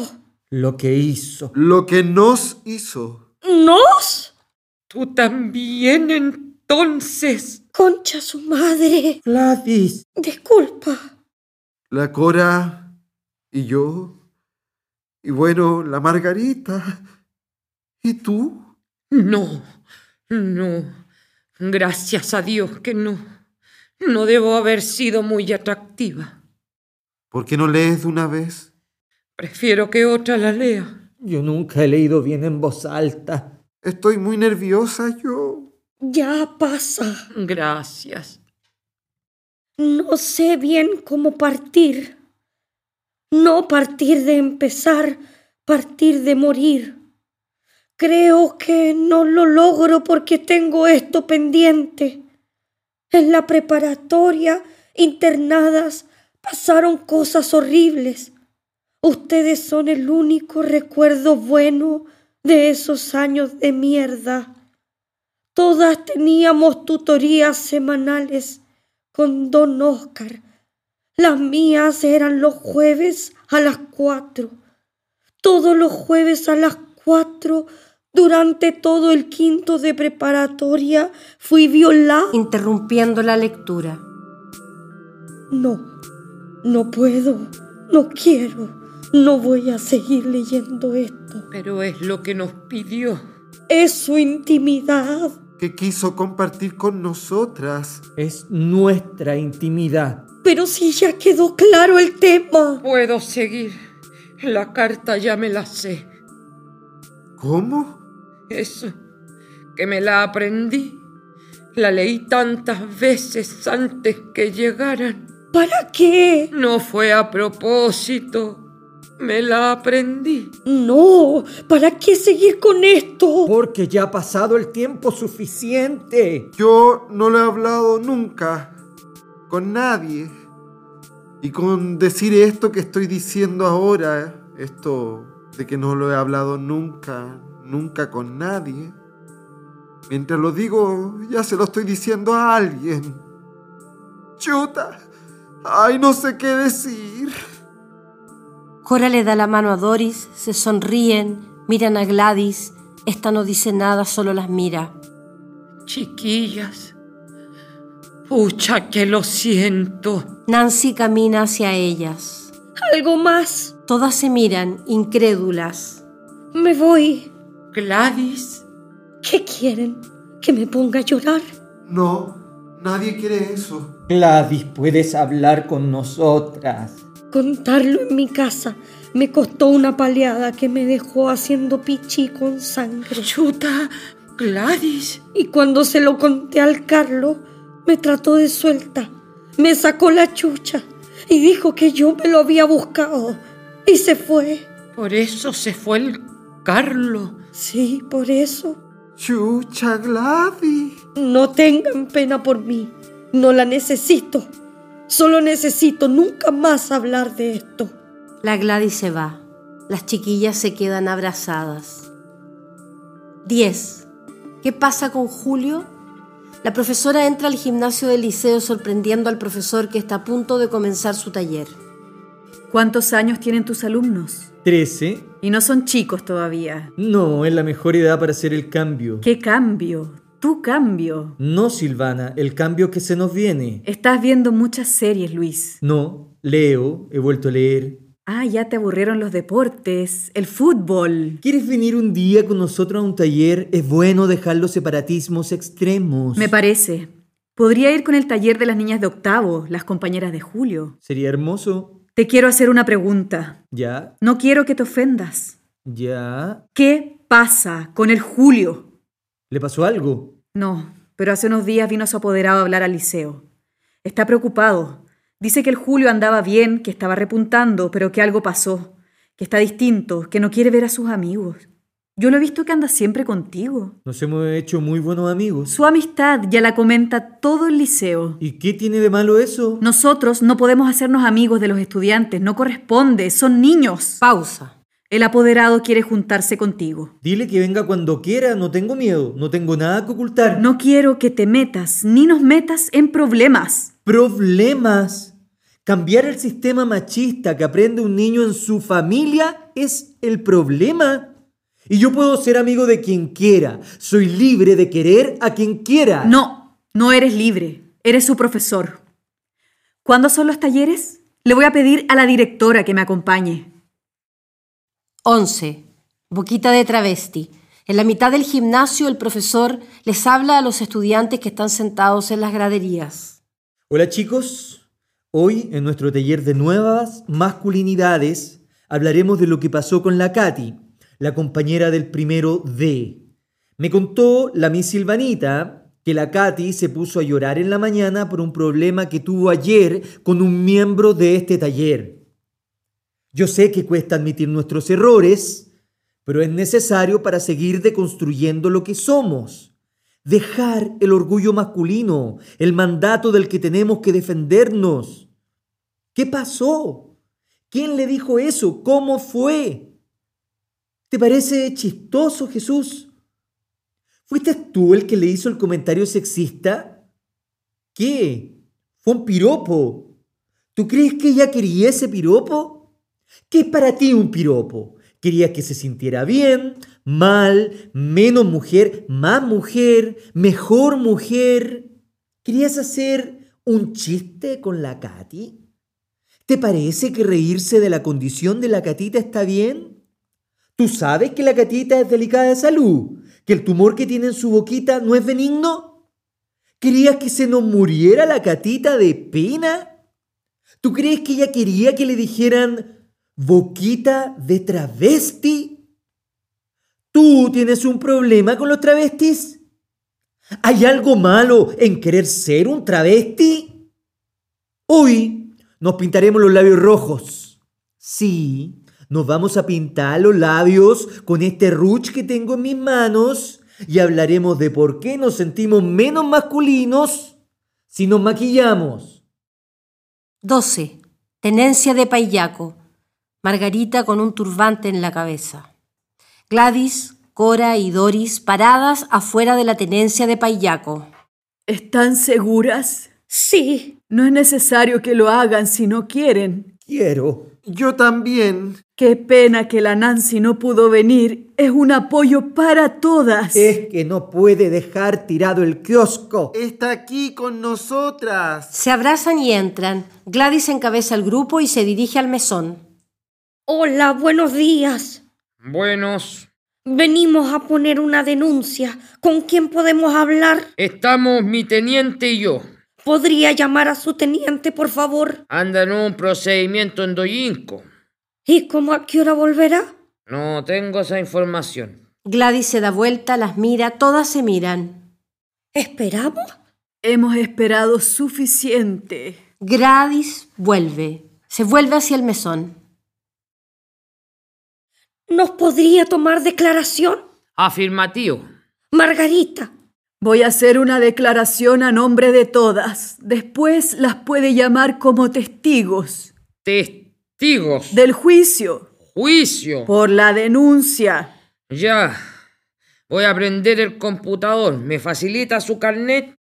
Speaker 4: Lo que hizo.
Speaker 5: Lo que nos hizo.
Speaker 9: ¿Nos?
Speaker 6: Tú también entonces.
Speaker 9: Concha su madre.
Speaker 4: Gladys.
Speaker 9: Disculpa.
Speaker 5: La Cora y yo. Y bueno, la Margarita. ¿Y tú?
Speaker 6: No, no. Gracias a Dios que no. No debo haber sido muy atractiva.
Speaker 5: ¿Por qué no lees de una vez?
Speaker 6: Prefiero que otra la lea.
Speaker 4: Yo nunca he leído bien en voz alta.
Speaker 5: Estoy muy nerviosa yo.
Speaker 9: Ya pasa.
Speaker 6: Gracias.
Speaker 9: No sé bien cómo partir. No partir de empezar, partir de morir. Creo que no lo logro porque tengo esto pendiente. En la preparatoria, internadas, pasaron cosas horribles. Ustedes son el único recuerdo bueno de esos años de mierda. Todas teníamos tutorías semanales con don Oscar. Las mías eran los jueves a las cuatro. Todos los jueves a las cuatro, durante todo el quinto de preparatoria, fui violada.
Speaker 3: Interrumpiendo la lectura.
Speaker 9: No, no puedo, no quiero, no voy a seguir leyendo esto.
Speaker 6: Pero es lo que nos pidió.
Speaker 9: Es su intimidad.
Speaker 5: Que quiso compartir con nosotras.
Speaker 4: Es nuestra intimidad.
Speaker 9: Pero si ya quedó claro el tema.
Speaker 6: Puedo seguir. La carta ya me la sé.
Speaker 5: ¿Cómo?
Speaker 6: Eso, que me la aprendí. La leí tantas veces antes que llegaran.
Speaker 9: ¿Para qué?
Speaker 6: No fue a propósito. Me la aprendí.
Speaker 7: No, ¿para qué seguir con esto?
Speaker 4: Porque ya ha pasado el tiempo suficiente.
Speaker 5: Yo no lo he hablado nunca con nadie. Y con decir esto que estoy diciendo ahora, esto de que no lo he hablado nunca, nunca con nadie, mientras lo digo ya se lo estoy diciendo a alguien. Chuta, ay no sé qué decir.
Speaker 3: Cora le da la mano a Doris, se sonríen, miran a Gladys. Esta no dice nada, solo las mira.
Speaker 6: Chiquillas. Pucha que lo siento.
Speaker 3: Nancy camina hacia ellas.
Speaker 7: Algo más.
Speaker 3: Todas se miran, incrédulas.
Speaker 7: Me voy.
Speaker 6: Gladys.
Speaker 7: ¿Qué quieren? ¿Que me ponga a llorar?
Speaker 5: No, nadie quiere eso.
Speaker 4: Gladys, puedes hablar con nosotras.
Speaker 7: Contarlo en mi casa me costó una paleada que me dejó haciendo pichi con sangre.
Speaker 6: Chuta. Gladys.
Speaker 7: Y cuando se lo conté al Carlos, me trató de suelta, me sacó la chucha y dijo que yo me lo había buscado. Y se fue.
Speaker 6: Por eso se fue el Carlos.
Speaker 7: Sí, por eso.
Speaker 5: Chucha Gladys.
Speaker 7: No tengan pena por mí. No la necesito. Solo necesito nunca más hablar de esto.
Speaker 3: La Gladys se va. Las chiquillas se quedan abrazadas. 10. ¿Qué pasa con Julio? La profesora entra al gimnasio del liceo sorprendiendo al profesor que está a punto de comenzar su taller.
Speaker 8: ¿Cuántos años tienen tus alumnos?
Speaker 4: Trece.
Speaker 8: Y no son chicos todavía.
Speaker 4: No, es la mejor edad para hacer el cambio.
Speaker 8: ¿Qué cambio? Tu cambio.
Speaker 4: No, Silvana, el cambio que se nos viene.
Speaker 8: Estás viendo muchas series, Luis.
Speaker 4: No, leo, he vuelto a leer.
Speaker 8: Ah, ya te aburrieron los deportes, el fútbol.
Speaker 4: ¿Quieres venir un día con nosotros a un taller? Es bueno dejar los separatismos extremos.
Speaker 8: Me parece. Podría ir con el taller de las niñas de octavo, las compañeras de Julio.
Speaker 4: Sería hermoso.
Speaker 8: Te quiero hacer una pregunta.
Speaker 4: Ya,
Speaker 8: No quiero que te ofendas.
Speaker 4: ya.
Speaker 8: ¿Qué pasa con el Julio?
Speaker 4: ¿Le pasó algo?
Speaker 8: No, pero hace unos días vino su apoderado a hablar al liceo. Está preocupado. Dice que el Julio andaba bien, que estaba repuntando, pero que algo pasó, que está distinto, que no quiere ver a sus amigos. Yo lo he visto que anda siempre contigo.
Speaker 4: Nos hemos hecho muy buenos amigos.
Speaker 8: Su amistad ya la comenta todo el liceo.
Speaker 4: ¿Y qué tiene de malo eso?
Speaker 8: Nosotros no podemos hacernos amigos de los estudiantes, no corresponde, son niños.
Speaker 3: Pausa.
Speaker 8: El apoderado quiere juntarse contigo.
Speaker 4: Dile que venga cuando quiera, no tengo miedo, no tengo nada que ocultar.
Speaker 8: No quiero que te metas ni nos metas en problemas.
Speaker 4: problemas. Cambiar el sistema machista que aprende un niño en su familia es el problema. Y yo puedo ser amigo de quien quiera. Soy libre de querer a quien quiera.
Speaker 8: No, no eres libre, eres su profesor. ¿Cuándo son los talleres? Le voy a pedir a la directora que me acompañe.
Speaker 3: 11. Boquita de travesti. En la mitad del gimnasio el profesor les habla a los estudiantes que están sentados en las graderías.
Speaker 4: Hola chicos. Hoy en nuestro taller de nuevas masculinidades hablaremos de lo que pasó con la Katy, la compañera del primero D. Me contó la Miss Silvanita que la Katy se puso a llorar en la mañana por un problema que tuvo ayer con un miembro de este taller. Yo sé que cuesta admitir nuestros errores, pero es necesario para seguir deconstruyendo lo que somos. Dejar el orgullo masculino, el mandato del que tenemos que defendernos. ¿Qué pasó? ¿Quién le dijo eso? ¿Cómo fue? ¿Te parece chistoso, Jesús? ¿Fuiste tú el que le hizo el comentario sexista? ¿Qué? Fue un piropo. ¿Tú crees que ella quería ese piropo? ¿Qué es para ti un piropo? ¿Querías que se sintiera bien, mal, menos mujer, más mujer, mejor mujer? ¿Querías hacer un chiste con la Katy? ¿Te parece que reírse de la condición de la catita está bien? Tú sabes que la catita es delicada de salud, que el tumor que tiene en su boquita no es benigno. ¿Querías que se nos muriera la catita de pena? ¿Tú crees que ella quería que le dijeran boquita de travesti? ¿Tú tienes un problema con los travestis? ¿Hay algo malo en querer ser un travesti? Hoy nos pintaremos los labios rojos. Sí, Nos vamos a pintar los labios con este ruch que tengo en mis manos y hablaremos de por qué nos sentimos menos masculinos si nos maquillamos.
Speaker 3: 12. Tenencia de Payaco. Margarita con un turbante en la cabeza. Gladys, Cora y Doris paradas afuera de la tenencia de Payaco.
Speaker 10: ¿Están seguras?
Speaker 9: Sí,
Speaker 10: No es necesario que lo hagan si no quieren.
Speaker 4: Quiero.
Speaker 5: Yo también.
Speaker 10: Qué pena que la Nancy no pudo venir. Es un apoyo para todas.
Speaker 4: Es que no puede dejar tirado el kiosco.
Speaker 5: Está aquí con nosotras.
Speaker 3: Se abrazan y entran. Gladys encabeza el grupo y se dirige al mesón.
Speaker 9: Hola, buenos días.
Speaker 6: Buenos,
Speaker 9: Venimos a poner una denuncia. ¿Con quién podemos hablar?
Speaker 6: estamos mi teniente y yo.
Speaker 9: ¿Podría llamar a su teniente, por favor?
Speaker 6: Andan un procedimiento en Doyinco.
Speaker 9: ¿Y cómo a qué hora volverá?
Speaker 6: No tengo esa información.
Speaker 3: Gladys se da vuelta, las mira, todas se miran.
Speaker 9: ¿Esperamos?
Speaker 10: Hemos esperado suficiente.
Speaker 3: Gladys vuelve. Se vuelve hacia el mesón.
Speaker 9: ¿Nos podría tomar declaración?
Speaker 6: Afirmativo.
Speaker 9: Margarita,
Speaker 10: Voy a hacer una declaración a nombre de todas. Después las puede llamar como testigos
Speaker 6: Testigos.
Speaker 10: del juicio
Speaker 6: Juicio.
Speaker 10: por la denuncia.
Speaker 6: Ya. Voy a prender el computador. ¿Me facilita su carnet?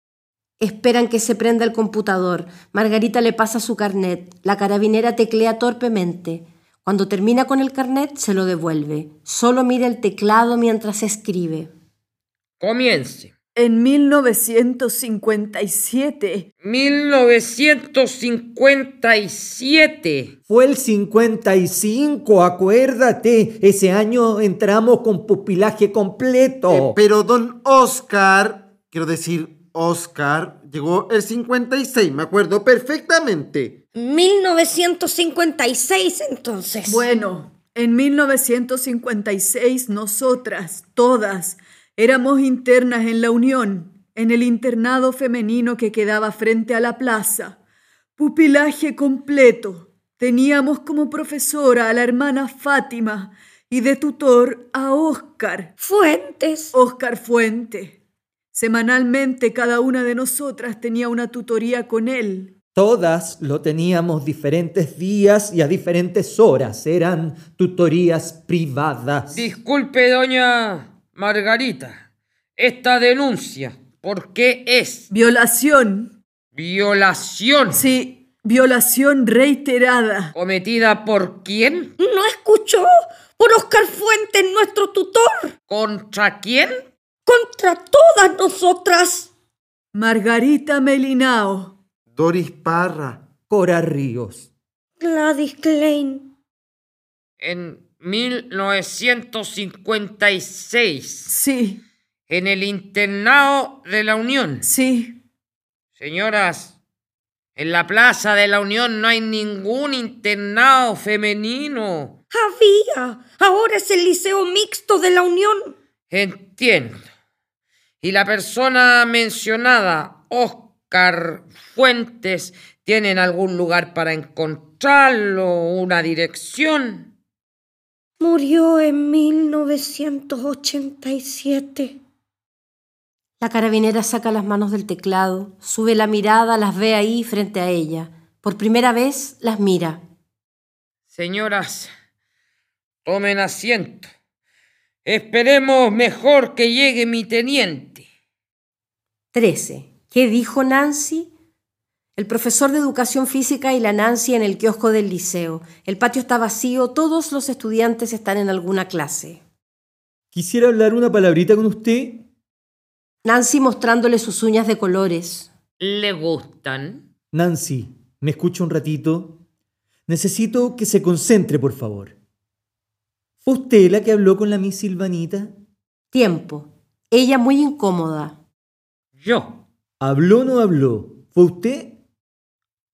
Speaker 3: Esperan que se prenda el computador. Margarita le pasa su carnet. La carabinera teclea torpemente. Cuando termina con el carnet, se lo devuelve. Solo mira el teclado mientras escribe.
Speaker 6: Comience.
Speaker 10: En 1957,
Speaker 6: 1957.
Speaker 4: Fue el 55, acuérdate. Ese año entramos con pupilaje
Speaker 5: Eh,
Speaker 4: completo.
Speaker 5: pero don Oscar, quiero decir Oscar, llegó el 56, me acuerdo perfectamente.
Speaker 9: 1956 entonces.
Speaker 10: bueno, en 1956 nosotras, todas, éramos internas en la Unión, en el internado femenino que quedaba frente a la plaza. Pupilaje completo. Teníamos como profesora a la hermana Fátima y de tutor a Óscar.
Speaker 9: Fuentes.
Speaker 10: Óscar Fuente. Semanalmente cada una de nosotras tenía una tutoría con él.
Speaker 4: Todas lo teníamos diferentes días y a diferentes horas. Eran tutorías privadas.
Speaker 6: Disculpe, doña Margarita, esta denuncia, ¿por qué es
Speaker 10: Violación.
Speaker 6: violación
Speaker 10: Sí, violación reiterada.
Speaker 6: cometida por quién?
Speaker 9: ¿No escuchó? Por Oscar Fuentes, nuestro tutor.
Speaker 6: ¿Contra quién?
Speaker 9: Contra todas nosotras.
Speaker 10: Margarita Melinao.
Speaker 5: Doris Parra,
Speaker 4: Cora Ríos.
Speaker 9: Gladys Klein.
Speaker 6: En 1956,
Speaker 10: Sí,
Speaker 6: en el internado de la Unión.
Speaker 10: sí.
Speaker 6: Señoras, en la Plaza de la Unión no hay ningún internado femenino.
Speaker 9: Había. Ahora es el Liceo Mixto de la Unión.
Speaker 6: Entiendo. Y la persona mencionada, Oscar Fuentes, ¿tienen algún lugar para encontrarlo? ¿Una dirección?
Speaker 9: Murió en 1987.
Speaker 3: La carabinera saca las manos del teclado, sube la mirada, las ve ahí frente a ella. Por primera vez las mira.
Speaker 6: Señoras, tomen asiento. Esperemos mejor que llegue mi teniente.
Speaker 3: 13. ¿Qué dijo Nancy? El profesor de educación física y la Nancy en el kiosco del liceo. El patio está vacío, todos los estudiantes están en alguna clase.
Speaker 4: Quisiera hablar una palabrita con usted.
Speaker 3: Nancy mostrándole sus uñas de colores.
Speaker 6: ¿Le gustan?
Speaker 4: Nancy, ¿me escucha un ratito? Necesito que se concentre, por favor. ¿Fue usted la que habló con la Miss Silvanita?
Speaker 3: Tiempo. Ella muy incómoda.
Speaker 6: Yo
Speaker 4: ¿Habló o no habló? ¿Fue usted?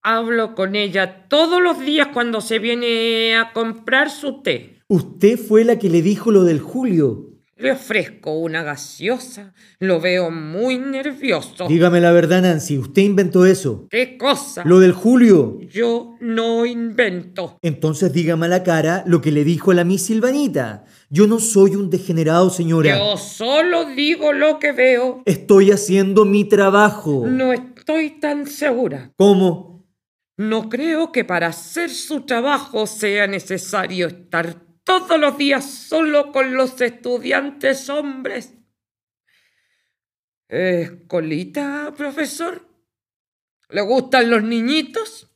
Speaker 6: hablo con ella todos los días cuando se viene a comprar su té.
Speaker 4: ¿Usted fue la que le dijo lo del Julio?
Speaker 6: Le ofrezco una gaseosa. Lo veo muy nervioso.
Speaker 4: Dígame la verdad, Nancy, usted inventó eso.
Speaker 6: ¿Qué cosa?
Speaker 4: Lo del Julio.
Speaker 6: Yo no invento.
Speaker 4: Entonces dígame a la cara lo que le dijo la Miss Silvanita. Yo no soy un degenerado, señora.
Speaker 6: Yo solo digo lo que veo.
Speaker 4: Estoy haciendo mi trabajo.
Speaker 6: No estoy tan segura.
Speaker 4: ¿Cómo?
Speaker 6: No creo que para hacer su trabajo sea necesario estar todos los días solo con los estudiantes hombres. Eh, ¿Colita, profesor? ¿Le gustan los niñitos?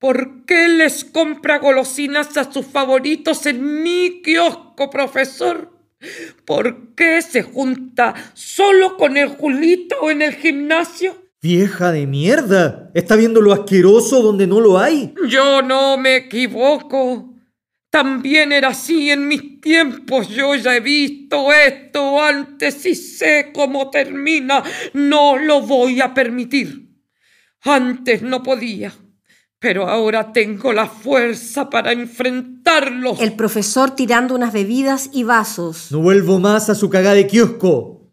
Speaker 6: ¿Por qué les compra golosinas a sus favoritos en mi kiosco, profesor? ¿Por qué se junta solo con el Julito en el gimnasio?
Speaker 4: Vieja de mierda. Está viendo lo asqueroso donde no lo hay.
Speaker 6: Yo no me equivoco. También era así en mis tiempos. Yo ya he visto esto antes y sé cómo termina. No lo voy a permitir. Antes no podía, pero ahora tengo la fuerza para enfrentarlos.
Speaker 3: El profesor tirando unas bebidas y vasos.
Speaker 4: No vuelvo más a su cagada de kiosco.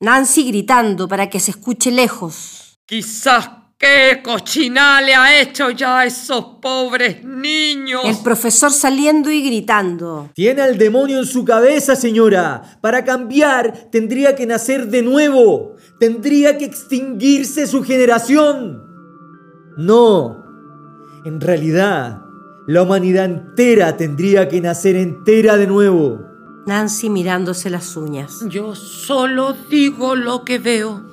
Speaker 3: Nancy gritando para que se escuche lejos.
Speaker 6: Quizás qué cochina le ha hecho ya a esos pobres niños.
Speaker 3: El profesor saliendo y gritando.
Speaker 4: Tiene al demonio en su cabeza, señora. Para cambiar, tendría que nacer de nuevo. Tendría que extinguirse su generación. No. En realidad, la humanidad entera tendría que nacer entera de nuevo.
Speaker 3: Nancy mirándose las uñas.
Speaker 6: Yo solo digo lo que veo.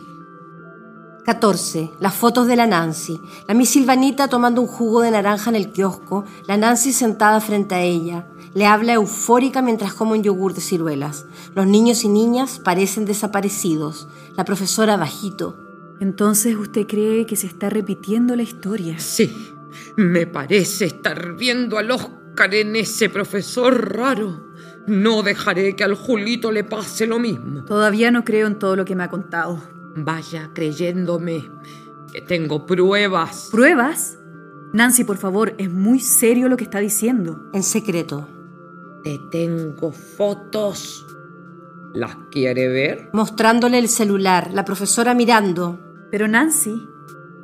Speaker 3: 14. Las fotos de la Nancy. La Miss Silvanita tomando un jugo de naranja en el kiosco. La Nancy sentada frente a ella. Le habla eufórica mientras come un yogur de ciruelas. Los niños y niñas parecen desaparecidos. La profesora bajito.
Speaker 8: Entonces usted cree que se está repitiendo la historia.
Speaker 6: Sí, me parece estar viendo al Oscar en ese profesor raro. No dejaré que al Julito le pase lo mismo.
Speaker 8: Todavía no creo en todo lo que me ha contado.
Speaker 6: Vaya creyéndome que tengo pruebas.
Speaker 8: ¿Pruebas? Nancy, por favor, es muy serio lo que está diciendo.
Speaker 3: En secreto.
Speaker 6: Te tengo fotos. ¿Las quiere ver?
Speaker 3: Mostrándole el celular, la profesora mirando.
Speaker 8: Pero Nancy,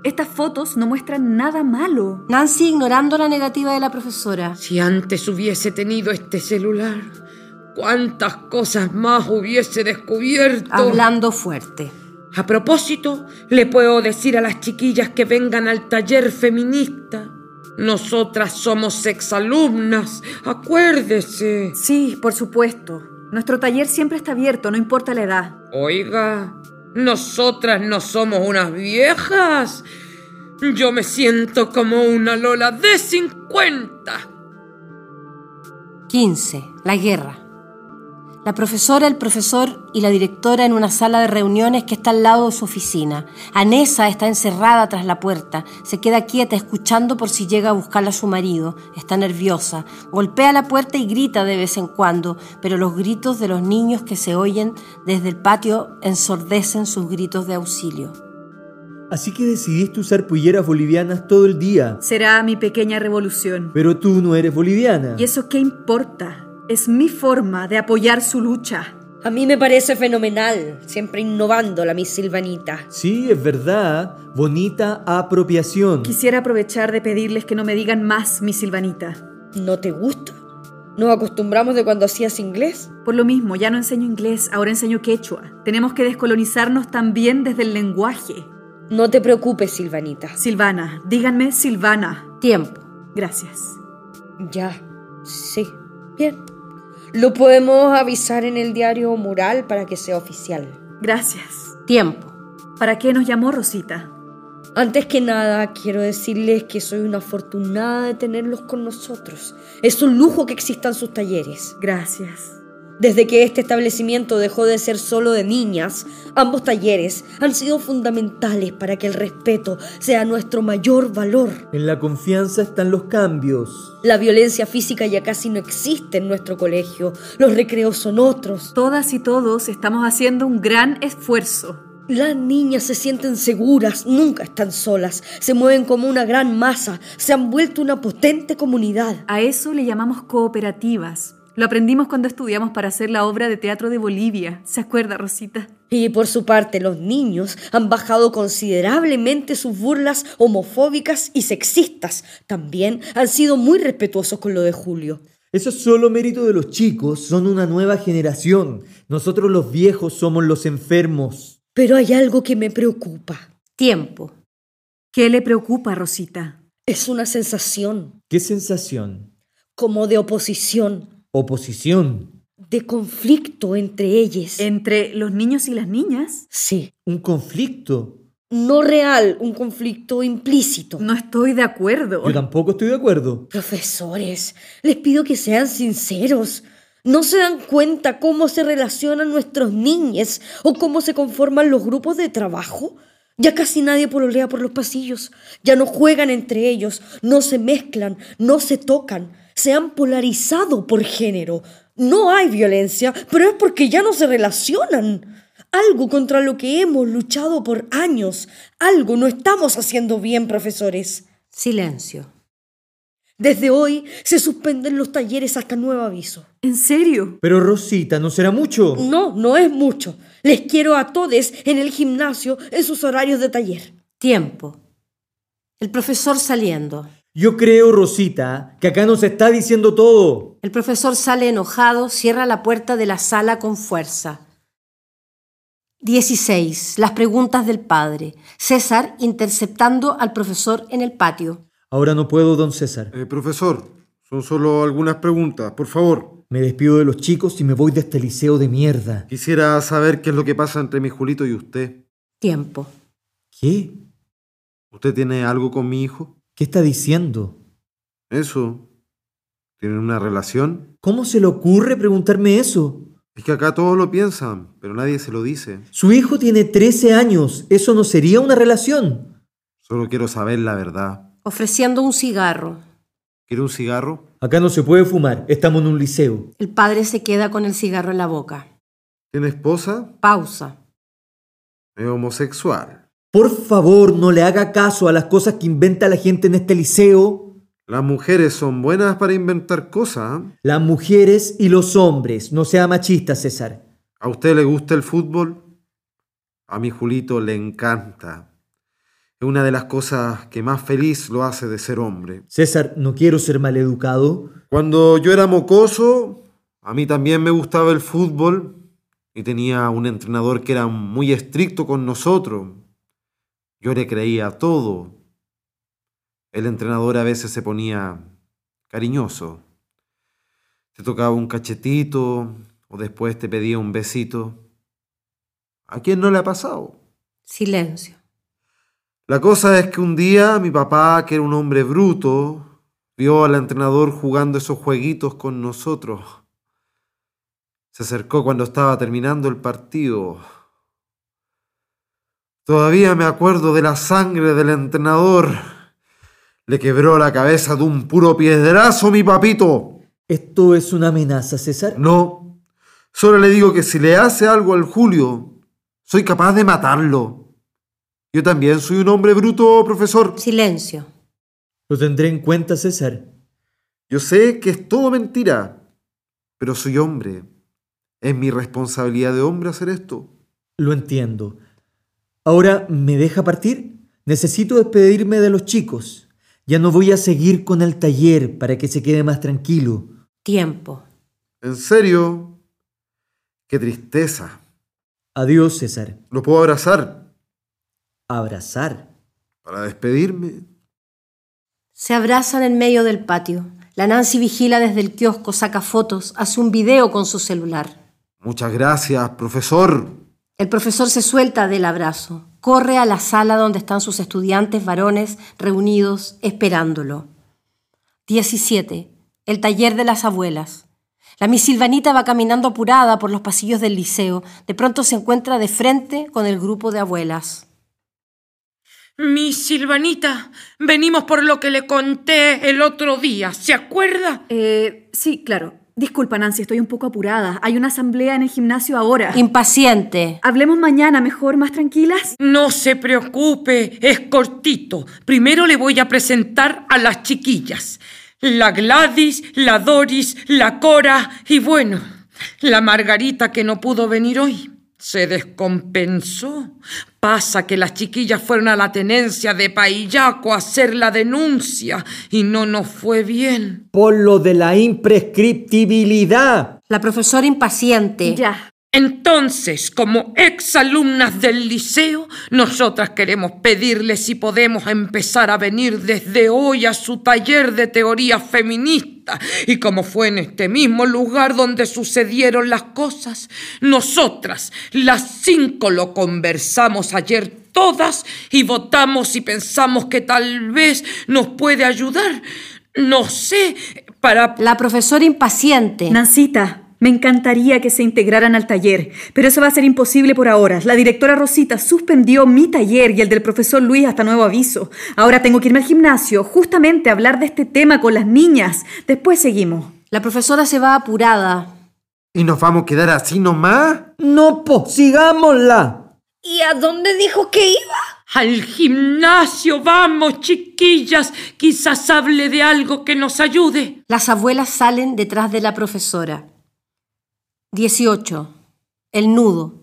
Speaker 8: estas fotos no muestran nada malo.
Speaker 3: Nancy ignorando la negativa de la profesora.
Speaker 6: Si antes hubiese tenido este celular, cuántas cosas más hubiese descubierto.
Speaker 3: Hablando fuerte.
Speaker 6: A propósito, le puedo decir a las chiquillas que vengan al taller feminista. Nosotras somos exalumnas, acuérdese.
Speaker 8: Sí, por supuesto. Nuestro taller siempre está abierto, no importa la edad.
Speaker 6: Oiga, nosotras no somos unas viejas. Yo me siento como una Lola de 50.
Speaker 3: 15. La guerra. La profesora, el profesor y la directora en una sala de reuniones que está al lado de su oficina. Anesa está encerrada tras la puerta. Se queda quieta escuchando por si llega a buscarla a su marido. Está nerviosa. Golpea la puerta y grita de vez en cuando, pero los gritos de los niños que se oyen desde el patio ensordecen sus gritos de auxilio.
Speaker 4: Así que decidiste usar polleras bolivianas todo el día.
Speaker 8: Será mi pequeña revolución.
Speaker 4: Pero tú no eres boliviana.
Speaker 8: ¿Y eso qué importa? Es mi forma de apoyar su lucha.
Speaker 7: A mí me parece fenomenal, siempre innovando la Miss Silvanita.
Speaker 4: Sí, es verdad. Bonita apropiación.
Speaker 8: Quisiera aprovechar de pedirles que no me digan más Miss Silvanita.
Speaker 7: ¿No te gusta? ¿Nos acostumbramos de cuando hacías inglés?
Speaker 8: Por lo mismo, ya no enseño inglés, ahora enseño quechua. Tenemos que descolonizarnos también desde el lenguaje.
Speaker 7: No te preocupes, Silvanita.
Speaker 8: Silvana, díganme Silvana.
Speaker 7: Tiempo.
Speaker 8: Gracias.
Speaker 7: Ya, sí. Bien. Lo podemos avisar en el diario mural para que sea oficial.
Speaker 8: Gracias.
Speaker 3: Tiempo.
Speaker 8: ¿Para qué nos llamó Rosita?
Speaker 7: Antes que nada, quiero decirles que soy una afortunada de tenerlos con nosotros. Es un lujo que existan sus talleres.
Speaker 8: Gracias.
Speaker 7: Desde que este establecimiento dejó de ser solo de niñas, ambos talleres han sido fundamentales para que el respeto sea nuestro mayor valor.
Speaker 4: En la confianza están los cambios.
Speaker 7: La violencia física ya casi no existe en nuestro colegio. Los recreos son otros.
Speaker 8: Todas y todos estamos haciendo un gran esfuerzo.
Speaker 7: Las niñas se sienten seguras, nunca están solas, se mueven como una gran masa, se han vuelto una potente comunidad.
Speaker 8: A eso le llamamos cooperativas, Lo aprendimos cuando estudiamos para hacer la obra de teatro de Bolivia. ¿Se acuerda, Rosita?
Speaker 7: Y por su parte, los niños han bajado considerablemente sus burlas homofóbicas y sexistas. También han sido muy respetuosos con lo de Julio.
Speaker 4: Eso es solo mérito de los chicos, son una nueva generación. Nosotros los viejos somos los enfermos.
Speaker 7: Pero hay algo que me preocupa.
Speaker 3: Tiempo.
Speaker 8: ¿Qué le preocupa, Rosita?
Speaker 7: Es una sensación,
Speaker 4: ¿Qué sensación?
Speaker 7: como de oposición,
Speaker 4: Oposición.
Speaker 7: de conflicto entre ellas.
Speaker 8: ¿Entre los niños y las niñas?
Speaker 7: Sí,
Speaker 4: Un conflicto.
Speaker 7: no real, un conflicto implícito.
Speaker 8: No estoy de acuerdo.
Speaker 4: Yo tampoco estoy de acuerdo.
Speaker 7: Profesores, les pido que sean sinceros. ¿No se dan cuenta cómo se relacionan nuestros niñes o cómo se conforman los grupos de trabajo? Ya casi nadie pololea por los pasillos, ya no juegan entre ellos, no se mezclan, no se tocan, se han polarizado por género. No hay violencia, pero es porque ya no se relacionan. Algo contra lo que hemos luchado por años, algo no estamos haciendo bien, profesores.
Speaker 3: Silencio.
Speaker 7: Desde hoy se suspenden los talleres hasta nuevo aviso.
Speaker 8: ¿En serio?
Speaker 4: Pero Rosita, ¿no será mucho?
Speaker 7: No, no es mucho. Les quiero a todos en el gimnasio en sus horarios de taller.
Speaker 3: Tiempo. El profesor saliendo.
Speaker 4: Yo creo, Rosita, que acá nos está diciendo todo.
Speaker 3: El profesor sale enojado, cierra la puerta de la sala con fuerza. 16. Las preguntas del padre. César interceptando al profesor en el patio.
Speaker 4: Ahora no puedo, don César.
Speaker 5: Eh, profesor, son solo algunas preguntas, por favor.
Speaker 4: Me despido de los chicos y me voy de este liceo de mierda.
Speaker 5: Quisiera saber qué es lo que pasa entre mi Julito y usted.
Speaker 3: Tiempo.
Speaker 4: ¿Qué?
Speaker 5: ¿Usted tiene algo con mi hijo?
Speaker 4: ¿Qué está diciendo?
Speaker 5: ¿Eso? ¿Tienen una relación?
Speaker 4: ¿Cómo se le ocurre preguntarme eso?
Speaker 5: Es que acá todos lo piensan, pero nadie se lo dice.
Speaker 4: Su hijo tiene 13 años. Eso no sería una relación.
Speaker 5: Solo quiero saber la verdad.
Speaker 3: Ofreciendo un cigarro.
Speaker 5: ¿Quiere un cigarro?
Speaker 4: Acá no se puede fumar. Estamos en un liceo.
Speaker 3: El padre se queda con el cigarro en la boca.
Speaker 5: ¿Tiene esposa?
Speaker 3: Pausa.
Speaker 5: Es homosexual.
Speaker 4: Por favor, no le haga caso a las cosas que inventa la gente en este liceo.
Speaker 5: Las mujeres son buenas para inventar cosas. ¿eh?
Speaker 4: Las mujeres y los hombres. No sea machista, César.
Speaker 5: ¿A usted le gusta el fútbol? A mi Julito le encanta. Es una de las cosas que más feliz lo hace de ser hombre.
Speaker 4: César, no quiero ser maleducado.
Speaker 5: Cuando yo era mocoso, a mí también me gustaba el fútbol y tenía un entrenador que era muy estricto con nosotros. Yo le creía todo. El entrenador a veces se ponía cariñoso. Te tocaba un cachetito o después te pedía un besito. ¿A quién no le ha pasado?
Speaker 3: Silencio.
Speaker 5: La cosa es que un día mi papá, que era un hombre bruto, vio al entrenador jugando esos jueguitos con nosotros. Se acercó cuando estaba terminando el partido. Todavía me acuerdo de la sangre del entrenador. Le quebró la cabeza de un puro piedrazo, mi papito.
Speaker 4: ¿Esto es una amenaza, César?
Speaker 5: No, solo le digo que si le hace algo al Julio, soy capaz de matarlo. Yo también soy un hombre bruto, profesor.
Speaker 3: Silencio.
Speaker 4: Lo tendré en cuenta, César.
Speaker 5: Yo sé que es todo mentira, pero soy hombre. Es mi responsabilidad de hombre hacer esto.
Speaker 4: Lo entiendo. Ahora, ¿me deja partir? Necesito despedirme de los chicos. Ya no voy a seguir con el taller para que se quede más tranquilo.
Speaker 3: Tiempo.
Speaker 5: ¿En serio? Qué tristeza.
Speaker 4: Adiós, César.
Speaker 5: ¿Lo puedo abrazar
Speaker 4: Abrazar.
Speaker 5: para despedirme?
Speaker 3: Se abrazan en medio del patio. La Nancy vigila desde el kiosco, saca fotos, hace un video con su celular.
Speaker 5: Muchas gracias, profesor.
Speaker 3: El profesor se suelta del abrazo, corre a la sala donde están sus estudiantes varones reunidos esperándolo. 17. El taller de las abuelas. La Miss Silvanita va caminando apurada por los pasillos del liceo. De pronto se encuentra de frente con el grupo de abuelas.
Speaker 6: Mi Silvanita, venimos por lo que le conté el otro día, ¿se acuerda?
Speaker 8: Eh, sí, claro. Disculpa, Nancy, estoy un poco apurada. Hay una asamblea en el gimnasio ahora.
Speaker 3: Impaciente.
Speaker 8: Hablemos mañana, mejor, más tranquilas.
Speaker 6: No se preocupe, es cortito. Primero le voy a presentar a las chiquillas. la Gladys, la Doris, la Cora y bueno, la Margarita que no pudo venir hoy. Se descompensó. Pasa que las chiquillas fueron a la tenencia de Paillaco a hacer la denuncia y no nos fue bien.
Speaker 4: Por lo de la imprescriptibilidad.
Speaker 3: La profesora impaciente.
Speaker 8: Ya.
Speaker 6: Entonces, como exalumnas del liceo, nosotras queremos pedirle si podemos empezar a venir desde hoy a su taller de teoría feminista. Y como fue en este mismo lugar donde sucedieron las cosas, nosotras, las cinco, lo conversamos ayer todas y votamos y pensamos que tal vez nos puede ayudar. No sé, para...
Speaker 3: La profesora impaciente.
Speaker 8: Nancita, me encantaría que se integraran al taller, pero eso va a ser imposible por ahora. La directora Rosita suspendió mi taller y el del profesor Luis hasta nuevo aviso. Ahora tengo que irme al gimnasio, justamente a hablar de este tema con las niñas. Después seguimos.
Speaker 3: La profesora se va apurada.
Speaker 5: ¿Y nos vamos a quedar así nomás?
Speaker 4: No, po, sigámosla.
Speaker 7: ¿Y a dónde dijo que iba?
Speaker 6: Al gimnasio, vamos, chiquillas. Quizás hable de algo que nos ayude.
Speaker 3: Las abuelas salen detrás de la profesora. 18. El nudo.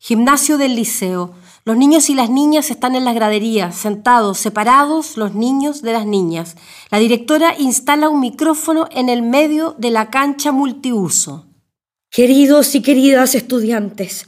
Speaker 3: Gimnasio del liceo. Los niños y las niñas están en las graderías, sentados, separados los niños de las niñas. La directora instala un micrófono en el medio de la cancha multiuso.
Speaker 7: Queridos y queridas estudiantes,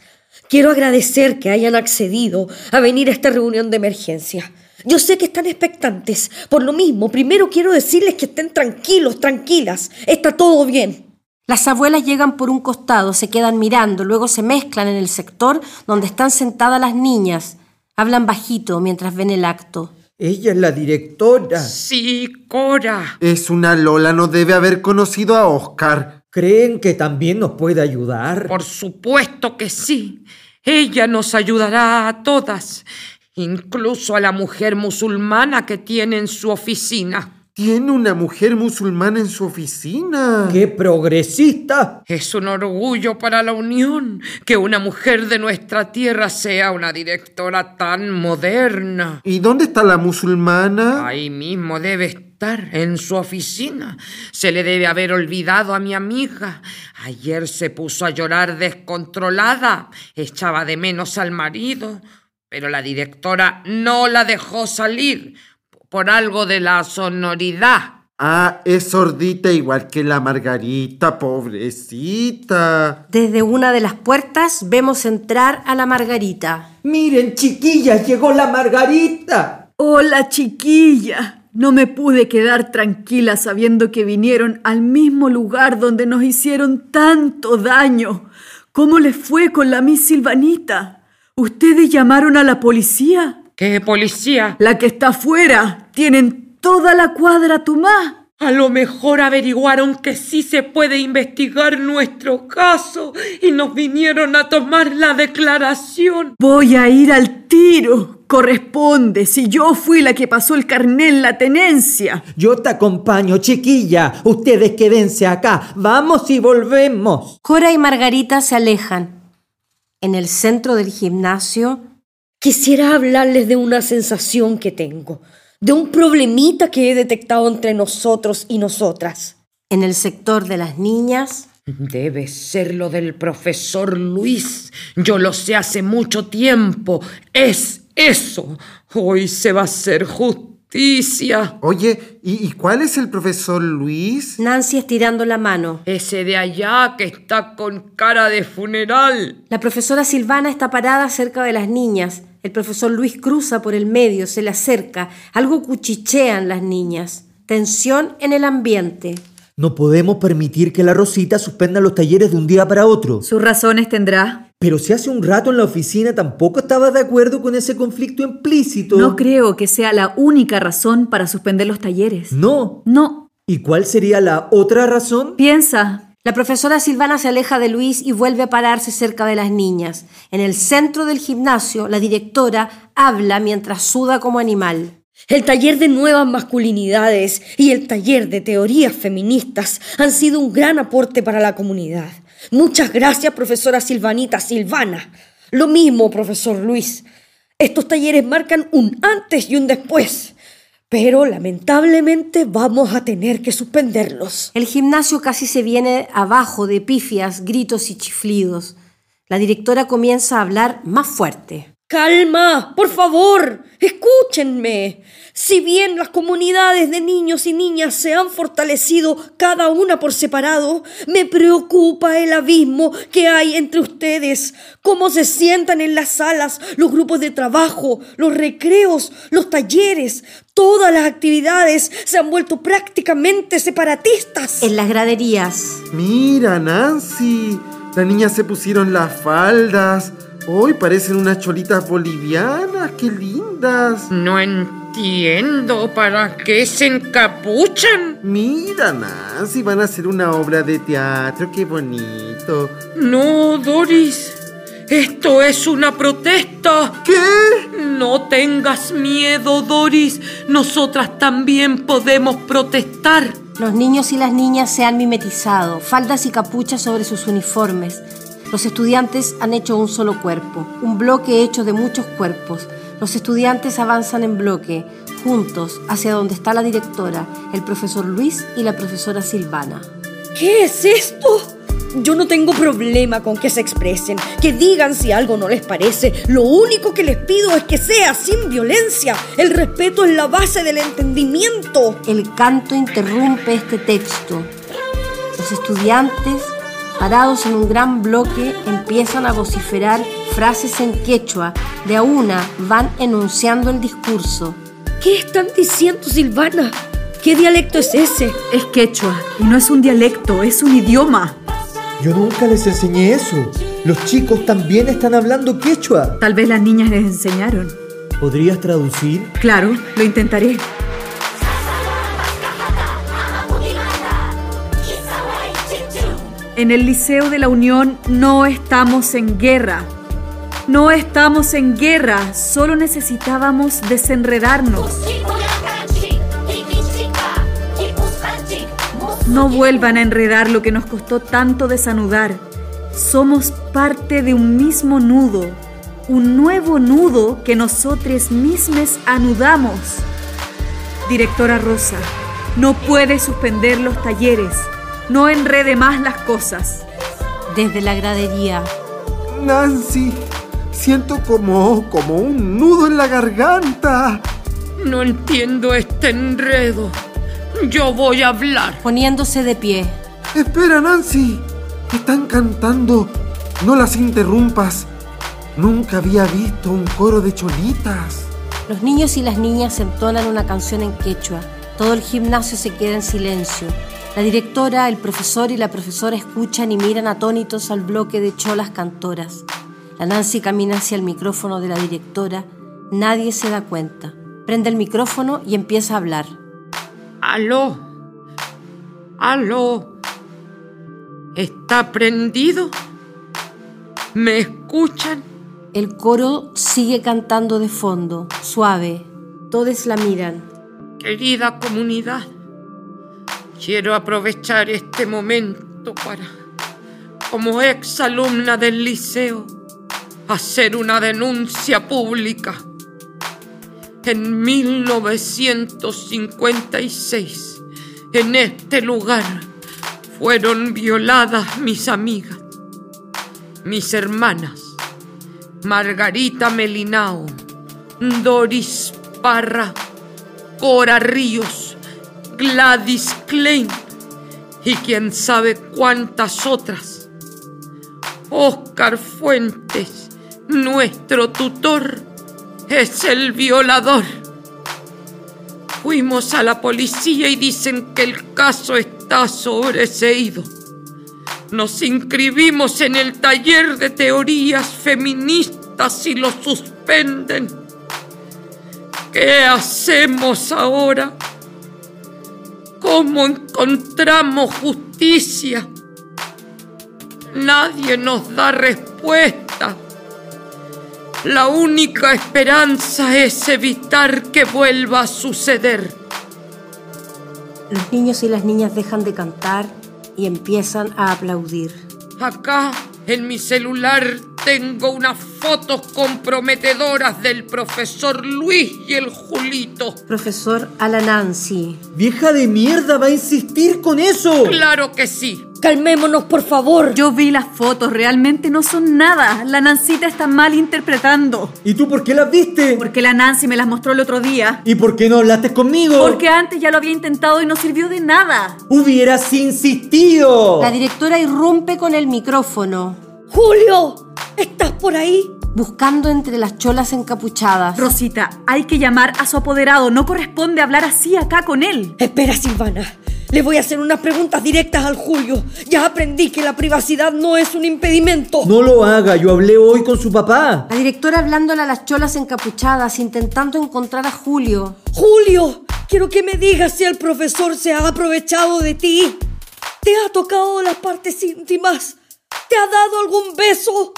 Speaker 7: quiero agradecer que hayan accedido a venir a esta reunión de emergencia. Yo sé que están expectantes. Por lo mismo, primero quiero decirles que estén tranquilos, tranquilas. Está todo bien.
Speaker 3: Las abuelas llegan por un costado, se quedan mirando, luego se mezclan en el sector donde están sentadas las niñas. Hablan bajito mientras ven el acto.
Speaker 4: Ella es la directora.
Speaker 6: Sí, Cora.
Speaker 5: Es una Lola, no debe haber conocido a Oscar.
Speaker 4: ¿Creen que también nos puede ayudar?
Speaker 6: Por supuesto que sí. Ella nos ayudará a todas, incluso a la mujer musulmana que tiene en su oficina.
Speaker 5: Tiene una mujer musulmana en su oficina.
Speaker 4: ¡Qué progresista!
Speaker 6: Es un orgullo para la Unión que una mujer de nuestra tierra sea una directora tan moderna.
Speaker 5: ¿Y dónde está la musulmana?
Speaker 6: Ahí mismo debe estar, en su oficina. Se le debe haber olvidado a mi amiga. Ayer se puso a llorar descontrolada. Echaba de menos al marido. Pero la directora no la dejó salir por algo de la sonoridad.
Speaker 5: Ah, es sordita igual que la Margarita, pobrecita.
Speaker 3: Desde una de las puertas vemos entrar a la Margarita.
Speaker 4: Miren, chiquillas, llegó la Margarita.
Speaker 10: Hola, chiquilla. No me pude quedar tranquila sabiendo que vinieron al mismo lugar donde nos hicieron tanto daño. ¿Cómo les fue con la Miss Silvanita? ¿Ustedes llamaron a la policía?
Speaker 6: ¿Qué policía?
Speaker 10: La que está afuera. Tienen toda la cuadra Tumá.
Speaker 6: A lo mejor averiguaron que sí se puede investigar nuestro caso y nos vinieron a tomar la declaración.
Speaker 10: Voy a ir al tiro. Corresponde, si yo fui la que pasó el carné en la tenencia.
Speaker 4: Yo te acompaño, chiquilla. Ustedes quédense acá. Vamos y volvemos.
Speaker 3: Cora y Margarita se alejan. En el centro del gimnasio
Speaker 7: Quisiera hablarles de una sensación que tengo, de un problemita que he detectado entre nosotros y nosotras.
Speaker 3: En el sector de las niñas...
Speaker 6: Debe ser lo del profesor Luis. Yo lo sé hace mucho tiempo. Es eso. Hoy se va a hacer justicia.
Speaker 5: Oye, ¿y, ¿y cuál es el profesor Luis?
Speaker 3: Nancy estirando la mano.
Speaker 6: Ese de allá que está con cara de funeral.
Speaker 3: La profesora Silvana está parada cerca de las niñas. El profesor Luis cruza por el medio, se le acerca. Algo cuchichean las niñas. Tensión en el ambiente.
Speaker 4: No podemos permitir que la Rosita suspenda los talleres de un día para otro.
Speaker 8: Sus razones tendrá.
Speaker 4: Pero si hace un rato en la oficina tampoco estaba de acuerdo con ese conflicto implícito.
Speaker 8: No creo que sea la única razón para suspender los talleres.
Speaker 4: No.
Speaker 8: No.
Speaker 4: ¿Y cuál sería la otra razón?
Speaker 8: Piensa,
Speaker 3: la profesora Silvana se aleja de Luis y vuelve a pararse cerca de las niñas. En el centro del gimnasio, la directora habla mientras suda como animal.
Speaker 7: El taller de nuevas masculinidades y el taller de teorías feministas han sido un gran aporte para la comunidad. Muchas gracias, profesora Silvanita Silvana. Lo mismo, profesor Luis. Estos talleres marcan un antes y un después. Pero lamentablemente vamos a tener que suspenderlos.
Speaker 3: El gimnasio casi se viene abajo de pifias, gritos y chiflidos. La directora comienza a hablar más fuerte.
Speaker 7: ¡Calma! ¡Por favor! ¡Escúchenme! Si bien las comunidades de niños y niñas se han fortalecido cada una por separado, me preocupa el abismo que hay entre ustedes, cómo se sientan en las salas, los grupos de trabajo, los recreos, los talleres. Todas las actividades se han vuelto prácticamente separatistas.
Speaker 3: En las graderías.
Speaker 5: Mira, Nancy. Las niñas se pusieron las faldas. Hoy parecen unas cholitas bolivianas, Ah, qué lindas.
Speaker 6: No entiendo para qué se encapuchan.
Speaker 5: Mira, Nancy, van a hacer una obra de teatro, qué bonito.
Speaker 6: No, Doris, esto es una protesta.
Speaker 5: ¿Qué?
Speaker 6: No tengas miedo, Doris. Nosotras también podemos protestar.
Speaker 3: Los niños y las niñas se han mimetizado, faldas y capuchas sobre sus uniformes. Los estudiantes han hecho un solo cuerpo, un bloque hecho de muchos cuerpos. Los estudiantes avanzan en bloque, juntos, hacia donde está la directora, el profesor Luis y la profesora Silvana.
Speaker 7: ¿Qué es esto? Yo no tengo problema con que se expresen, que digan si algo no les parece. Lo único que les pido es que sea sin violencia. El respeto es la base del entendimiento.
Speaker 3: El canto interrumpe este texto. Los estudiantes parados en un gran bloque, empiezan a vociferar frases en quechua. De a una van enunciando el discurso.
Speaker 7: ¿Qué están diciendo, Silvana? ¿Qué dialecto es ese?
Speaker 8: Es quechua, y no es un dialecto, es un idioma.
Speaker 4: Yo nunca les enseñé eso. Los chicos también están hablando quechua.
Speaker 8: Tal vez las niñas les enseñaron.
Speaker 4: ¿Podrías traducir?
Speaker 8: Claro, lo intentaré. En el Liceo de la Unión no estamos en guerra. No estamos en guerra, solo necesitábamos desenredarnos. No vuelvan a enredar lo que nos costó tanto desanudar. Somos parte de un mismo nudo, un nuevo nudo que nosotros mismes anudamos. Directora Rosa, no puede suspender los talleres. No enrede más las cosas.
Speaker 3: Desde la gradería.
Speaker 5: Nancy, siento como, como un nudo en la garganta.
Speaker 6: No entiendo este enredo. Yo voy a hablar.
Speaker 3: Poniéndose de pie.
Speaker 5: Espera, Nancy. Están cantando. No las interrumpas. Nunca había visto un coro de cholitas.
Speaker 3: Los niños y las niñas entonan una canción en quechua. Todo el gimnasio se queda en silencio. La directora, el profesor y la profesora escuchan y miran atónitos al bloque de cholas cantoras. La Nancy camina hacia el micrófono de la directora. Nadie se da cuenta. Prende el micrófono y empieza a hablar.
Speaker 6: Aló. Aló. ¿Está prendido? ¿Me escuchan?
Speaker 3: El coro sigue cantando de fondo, suave. Todos la miran.
Speaker 6: Querida comunidad, Quiero aprovechar este momento para, como ex alumna del liceo, hacer una denuncia pública. En 1956, en este lugar, fueron violadas mis amigas, mis hermanas, Margarita Melinao, Doris Parra, Cora Ríos, Gladys Klein y quién sabe cuántas otras. Oscar Fuentes, nuestro tutor, es el violador. Fuimos a la policía y dicen que el caso está sobreseído. Nos inscribimos en el taller de teorías feministas y lo suspenden. ¿Qué hacemos ahora? cómo encontramos justicia. Nadie nos da respuesta. La única esperanza es evitar que vuelva a suceder.
Speaker 3: Los niños y las niñas dejan de cantar y empiezan a aplaudir.
Speaker 6: Acá, en mi celular,
Speaker 9: tengo unas fotos comprometedoras del profesor Luis y el Julito.
Speaker 3: Profesor Alanansi.
Speaker 4: ¡Vieja de mierda! ¡Va a insistir con eso!
Speaker 9: Claro que sí.
Speaker 7: Calmémonos, por favor.
Speaker 8: Yo vi las fotos, realmente no son nada. La Nancita está mal interpretando.
Speaker 4: ¿Y tú por qué las viste?
Speaker 8: Porque la Nancy me las mostró el otro día.
Speaker 4: ¿Y por qué no hablaste conmigo?
Speaker 8: Porque antes ya lo había intentado y no sirvió de nada.
Speaker 4: ¡Hubieras insistido!
Speaker 3: La directora irrumpe con el micrófono,
Speaker 7: Julio, ¿estás por ahí?
Speaker 3: buscando entre las cholas encapuchadas.
Speaker 8: Rosita, hay que llamar a su apoderado. No corresponde hablar así acá con él.
Speaker 7: Espera, Silvana. Le voy a hacer unas preguntas directas al Julio. Ya aprendí que la privacidad no es un impedimento.
Speaker 4: No lo haga, yo hablé hoy con su papá.
Speaker 3: La directora hablándole a las cholas encapuchadas, intentando encontrar a Julio.
Speaker 7: Julio, quiero que me digas si el profesor se ha aprovechado de ti. ¿Te ha tocado las partes íntimas? ¿Te ha dado algún beso?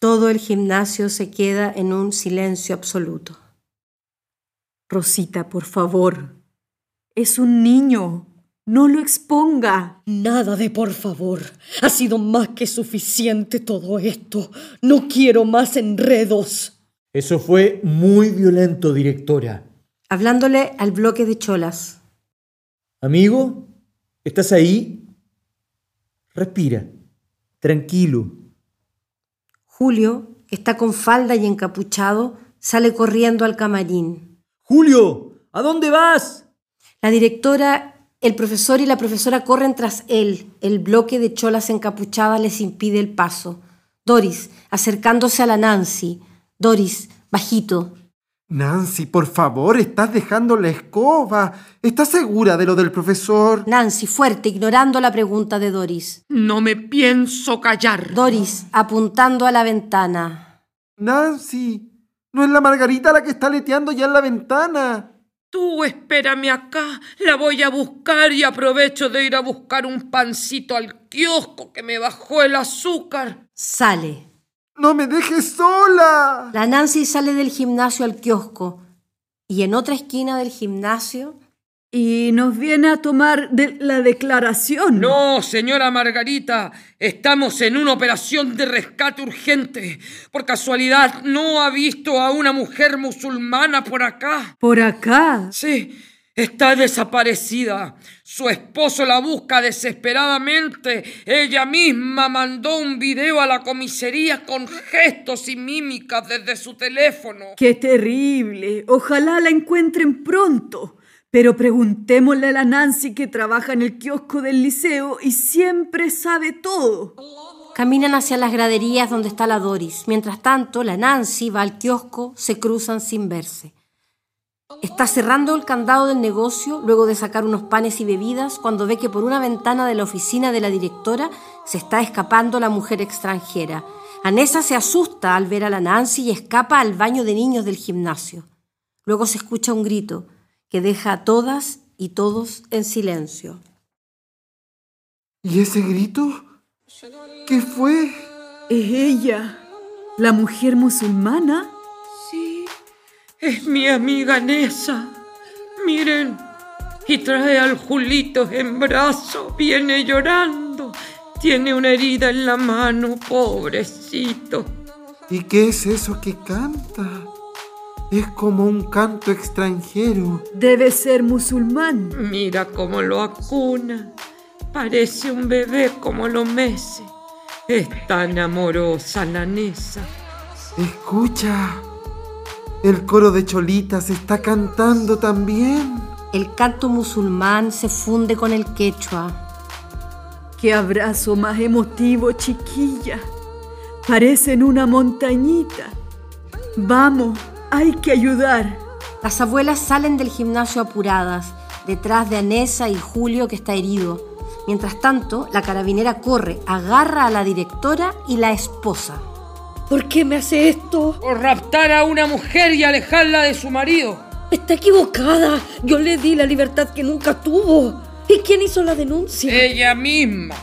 Speaker 3: Todo el gimnasio se queda en un silencio absoluto.
Speaker 8: Rosita, por favor. Es un niño. No lo exponga.
Speaker 7: Nada de por favor. Ha sido más que suficiente todo esto. No quiero más enredos.
Speaker 4: Eso fue muy violento, directora.
Speaker 3: Hablándole al bloque de cholas.
Speaker 4: Amigo, ¿estás ahí? Respira. Tranquilo.
Speaker 3: Julio, que está con falda y encapuchado, sale corriendo al camarín.
Speaker 4: Julio, ¿a dónde vas?
Speaker 3: La directora, el profesor y la profesora corren tras él. El bloque de cholas encapuchadas les impide el paso. Doris, acercándose a la Nancy. Doris, bajito.
Speaker 5: Nancy, por favor, estás dejando la escoba. ¿Estás segura de lo del profesor?
Speaker 3: Nancy, fuerte, ignorando la pregunta de Doris.
Speaker 6: No me pienso callar.
Speaker 3: Doris, apuntando a la ventana.
Speaker 5: Nancy, no es la Margarita la que está leteando ya en la ventana.
Speaker 6: Tú espérame acá, la voy a buscar y aprovecho de ir a buscar un pancito al kiosco que me bajó el azúcar.
Speaker 3: Sale.
Speaker 5: No me dejes sola.
Speaker 3: La Nancy sale del gimnasio al kiosco y en otra esquina del gimnasio
Speaker 10: Y nos viene a tomar de- la declaración.
Speaker 6: No, señora Margarita, estamos en una operación de rescate urgente. Por casualidad, ¿no ha visto a una mujer musulmana por acá?
Speaker 10: Por acá.
Speaker 6: Sí, está desaparecida. Su esposo la busca desesperadamente. Ella misma mandó un video a la comisaría con gestos y mímicas desde su teléfono.
Speaker 10: Qué terrible. Ojalá la encuentren pronto. Pero preguntémosle a la Nancy que trabaja en el kiosco del liceo y siempre sabe todo.
Speaker 3: caminan hacia las graderías donde está la Doris. Mientras tanto, la Nancy va al kiosco, se cruzan sin verse. Está cerrando el candado del negocio luego de sacar unos panes y bebidas cuando ve que por una ventana de la oficina de la directora se está escapando la mujer extranjera. Anessa se asusta al ver a la Nancy y escapa al baño de niños del gimnasio. Luego se escucha un grito que deja a todas y todos en silencio.
Speaker 5: ¿Y ese grito? ¿Qué fue?
Speaker 10: Es ella, la mujer musulmana.
Speaker 6: Sí, es mi amiga Nessa. Miren, y trae al Julito en brazos. Viene llorando. Tiene una herida en la mano, pobrecito.
Speaker 5: ¿Y qué es eso que canta? Es como un canto extranjero.
Speaker 10: Debe ser musulmán.
Speaker 6: Mira cómo lo acuna. Parece un bebé como lo mece. Es tan amorosa la Nessa.
Speaker 5: Escucha. El coro de cholitas está cantando también.
Speaker 3: El canto musulmán se funde con el quechua.
Speaker 10: Qué abrazo más emotivo, chiquilla. Parecen una montañita. Vamos, hay que ayudar.
Speaker 3: Las abuelas salen del gimnasio apuradas, detrás de Anesa y Julio que está herido. Mientras tanto, la carabinera corre, agarra a la directora y la esposa.
Speaker 7: ¿Por qué me hace esto?
Speaker 6: Por raptar a una mujer y alejarla de su marido.
Speaker 7: Está equivocada. Yo le di la libertad que nunca tuvo. ¿Y quién hizo la denuncia?
Speaker 6: Ella misma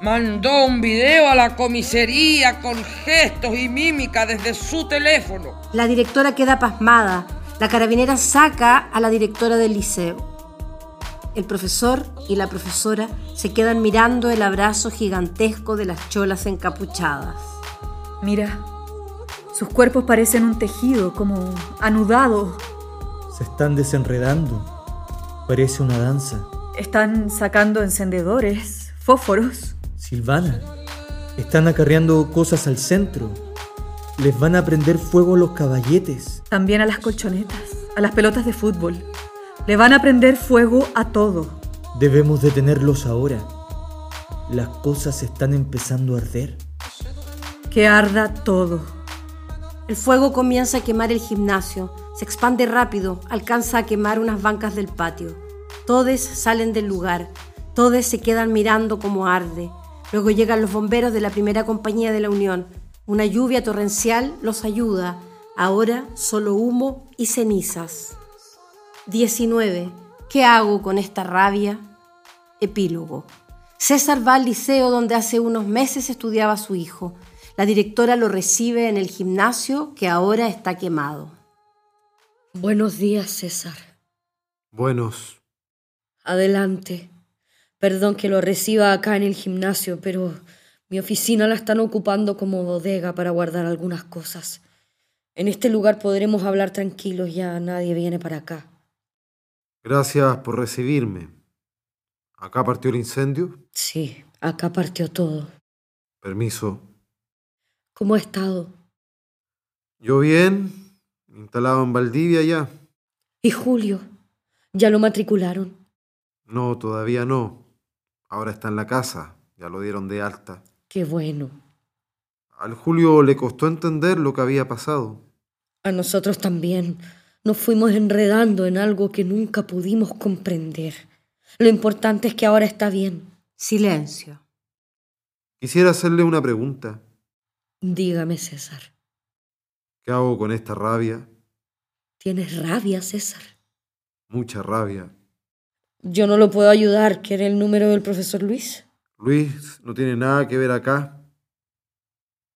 Speaker 6: mandó un video a la comisaría con gestos y mímica desde su teléfono.
Speaker 3: La directora queda pasmada. La carabinera saca a la directora del liceo. El profesor y la profesora se quedan mirando el abrazo gigantesco de las cholas encapuchadas.
Speaker 8: Mira, sus cuerpos parecen un tejido, como anudado.
Speaker 4: Se están desenredando. Parece una danza.
Speaker 8: Están sacando encendedores, fósforos.
Speaker 4: Silvana, están acarreando cosas al centro. Les van a prender fuego a los caballetes.
Speaker 8: También a las colchonetas, a las pelotas de fútbol. Le van a prender fuego a todo.
Speaker 4: Debemos detenerlos ahora. Las cosas están empezando a arder.
Speaker 8: Que arda todo.
Speaker 3: El fuego comienza a quemar el gimnasio. Se expande rápido, alcanza a quemar unas bancas del patio. Todos salen del lugar. Todos se quedan mirando como arde. Luego llegan los bomberos de la primera compañía de la Unión. Una lluvia torrencial los ayuda. Ahora solo humo y cenizas. 19. ¿Qué hago con esta rabia? Epílogo. César va al liceo donde hace unos meses estudiaba a su hijo. La directora lo recibe en el gimnasio que ahora está quemado.
Speaker 7: Buenos días, eh. César.
Speaker 5: Buenos.
Speaker 7: Adelante. Perdón que lo reciba acá en el gimnasio, pero mi oficina la están ocupando como bodega para guardar algunas cosas. En este lugar podremos hablar tranquilos, ya nadie viene para acá.
Speaker 5: Gracias por recibirme. ¿Acá partió el incendio?
Speaker 7: Sí, acá partió todo.
Speaker 5: Permiso.
Speaker 7: ¿Cómo ha estado?
Speaker 5: Yo bien, instalado en Valdivia ya.
Speaker 7: ¿Y Julio? ¿Ya lo matricularon?
Speaker 5: No, todavía no. Ahora está en la casa, ya lo dieron de alta.
Speaker 7: Qué bueno.
Speaker 5: Al Julio le costó entender lo que había pasado.
Speaker 7: A nosotros también. Nos fuimos enredando en algo que nunca pudimos comprender. Lo importante es que ahora está bien.
Speaker 3: Silencio.
Speaker 5: Quisiera hacerle una pregunta.
Speaker 7: Dígame, César.
Speaker 5: ¿Qué hago con esta rabia?
Speaker 7: ¿Tienes rabia, César?
Speaker 5: Mucha rabia.
Speaker 7: Yo no lo puedo ayudar. ¿Quiere el número del profesor Luis?
Speaker 5: Luis no tiene nada que ver acá.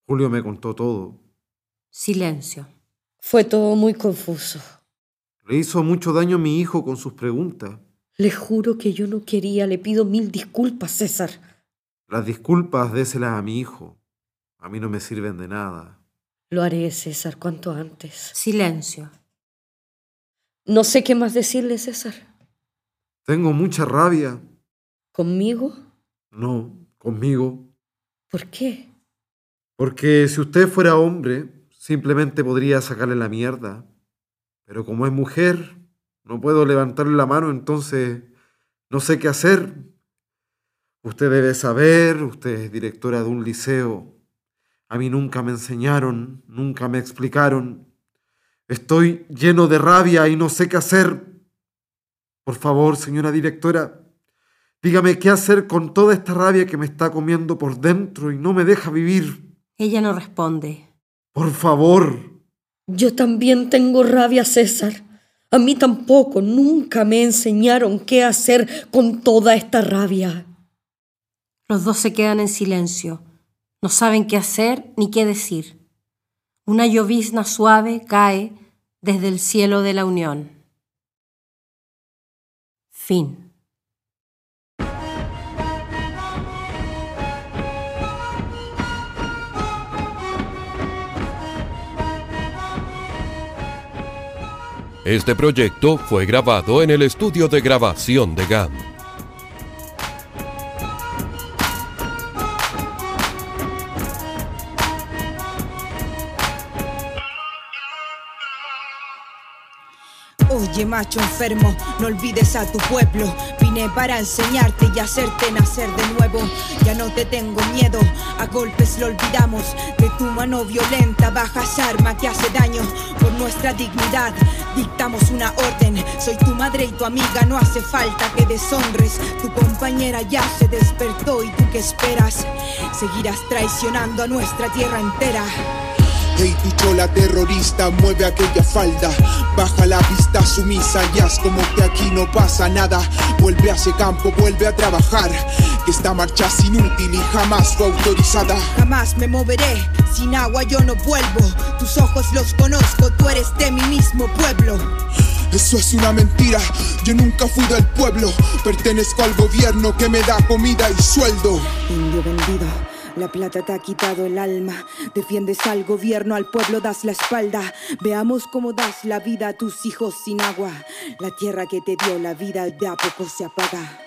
Speaker 5: Julio me contó todo.
Speaker 3: Silencio.
Speaker 7: Fue todo muy confuso.
Speaker 5: Le hizo mucho daño a mi hijo con sus preguntas.
Speaker 7: Le juro que yo no quería. Le pido mil disculpas, César.
Speaker 5: Las disculpas déselas a mi hijo. A mí no me sirven de nada.
Speaker 7: Lo haré, César, cuanto antes.
Speaker 3: Silencio.
Speaker 7: No sé qué más decirle, César.
Speaker 5: Tengo mucha rabia.
Speaker 7: ¿Conmigo?
Speaker 5: No, conmigo.
Speaker 7: ¿Por qué?
Speaker 5: Porque si usted fuera hombre, simplemente podría sacarle la mierda. Pero como es mujer, no puedo levantarle la mano, entonces no sé qué hacer. Usted debe saber, usted es directora de un liceo. A mí nunca me enseñaron, nunca me explicaron. Estoy lleno de rabia y no sé qué hacer. Por favor, señora directora, dígame qué hacer con toda esta rabia que me está comiendo por dentro y no me deja vivir.
Speaker 3: Ella no responde.
Speaker 5: Por favor.
Speaker 7: Yo también tengo rabia, César. A mí tampoco, nunca me enseñaron qué hacer con toda esta rabia.
Speaker 3: Los dos se quedan en silencio. No saben qué hacer ni qué decir. Una llovizna suave cae desde el cielo de la Unión. Fin.
Speaker 2: Este proyecto fue grabado en el estudio de grabación de GAM.
Speaker 11: Oye, macho enfermo, no olvides a tu pueblo. Vine para enseñarte y hacerte nacer de nuevo. Ya no te tengo miedo, a golpes lo olvidamos. De tu mano violenta bajas arma que hace daño. Por nuestra dignidad dictamos una orden. Soy tu madre y tu amiga, no hace falta que deshonres. Tu compañera ya se despertó y tú qué esperas. Seguirás traicionando a nuestra tierra entera.
Speaker 12: Hey, tu chola terrorista, mueve aquella falda. Baja la vista sumisa y haz como que aquí no pasa nada. Vuelve a ese campo, vuelve a trabajar. Que esta marcha es inútil y jamás fue autorizada.
Speaker 11: Jamás me moveré, sin agua yo no vuelvo. Tus ojos los conozco, tú eres de mi mismo pueblo.
Speaker 12: Eso es una mentira, yo nunca fui del pueblo. Pertenezco al gobierno que me da comida y sueldo.
Speaker 11: Indio vendido. La plata te ha quitado el alma. Defiendes al gobierno, al pueblo das la espalda. Veamos cómo das la vida a tus hijos sin agua. La tierra que te dio la vida de a poco se apaga.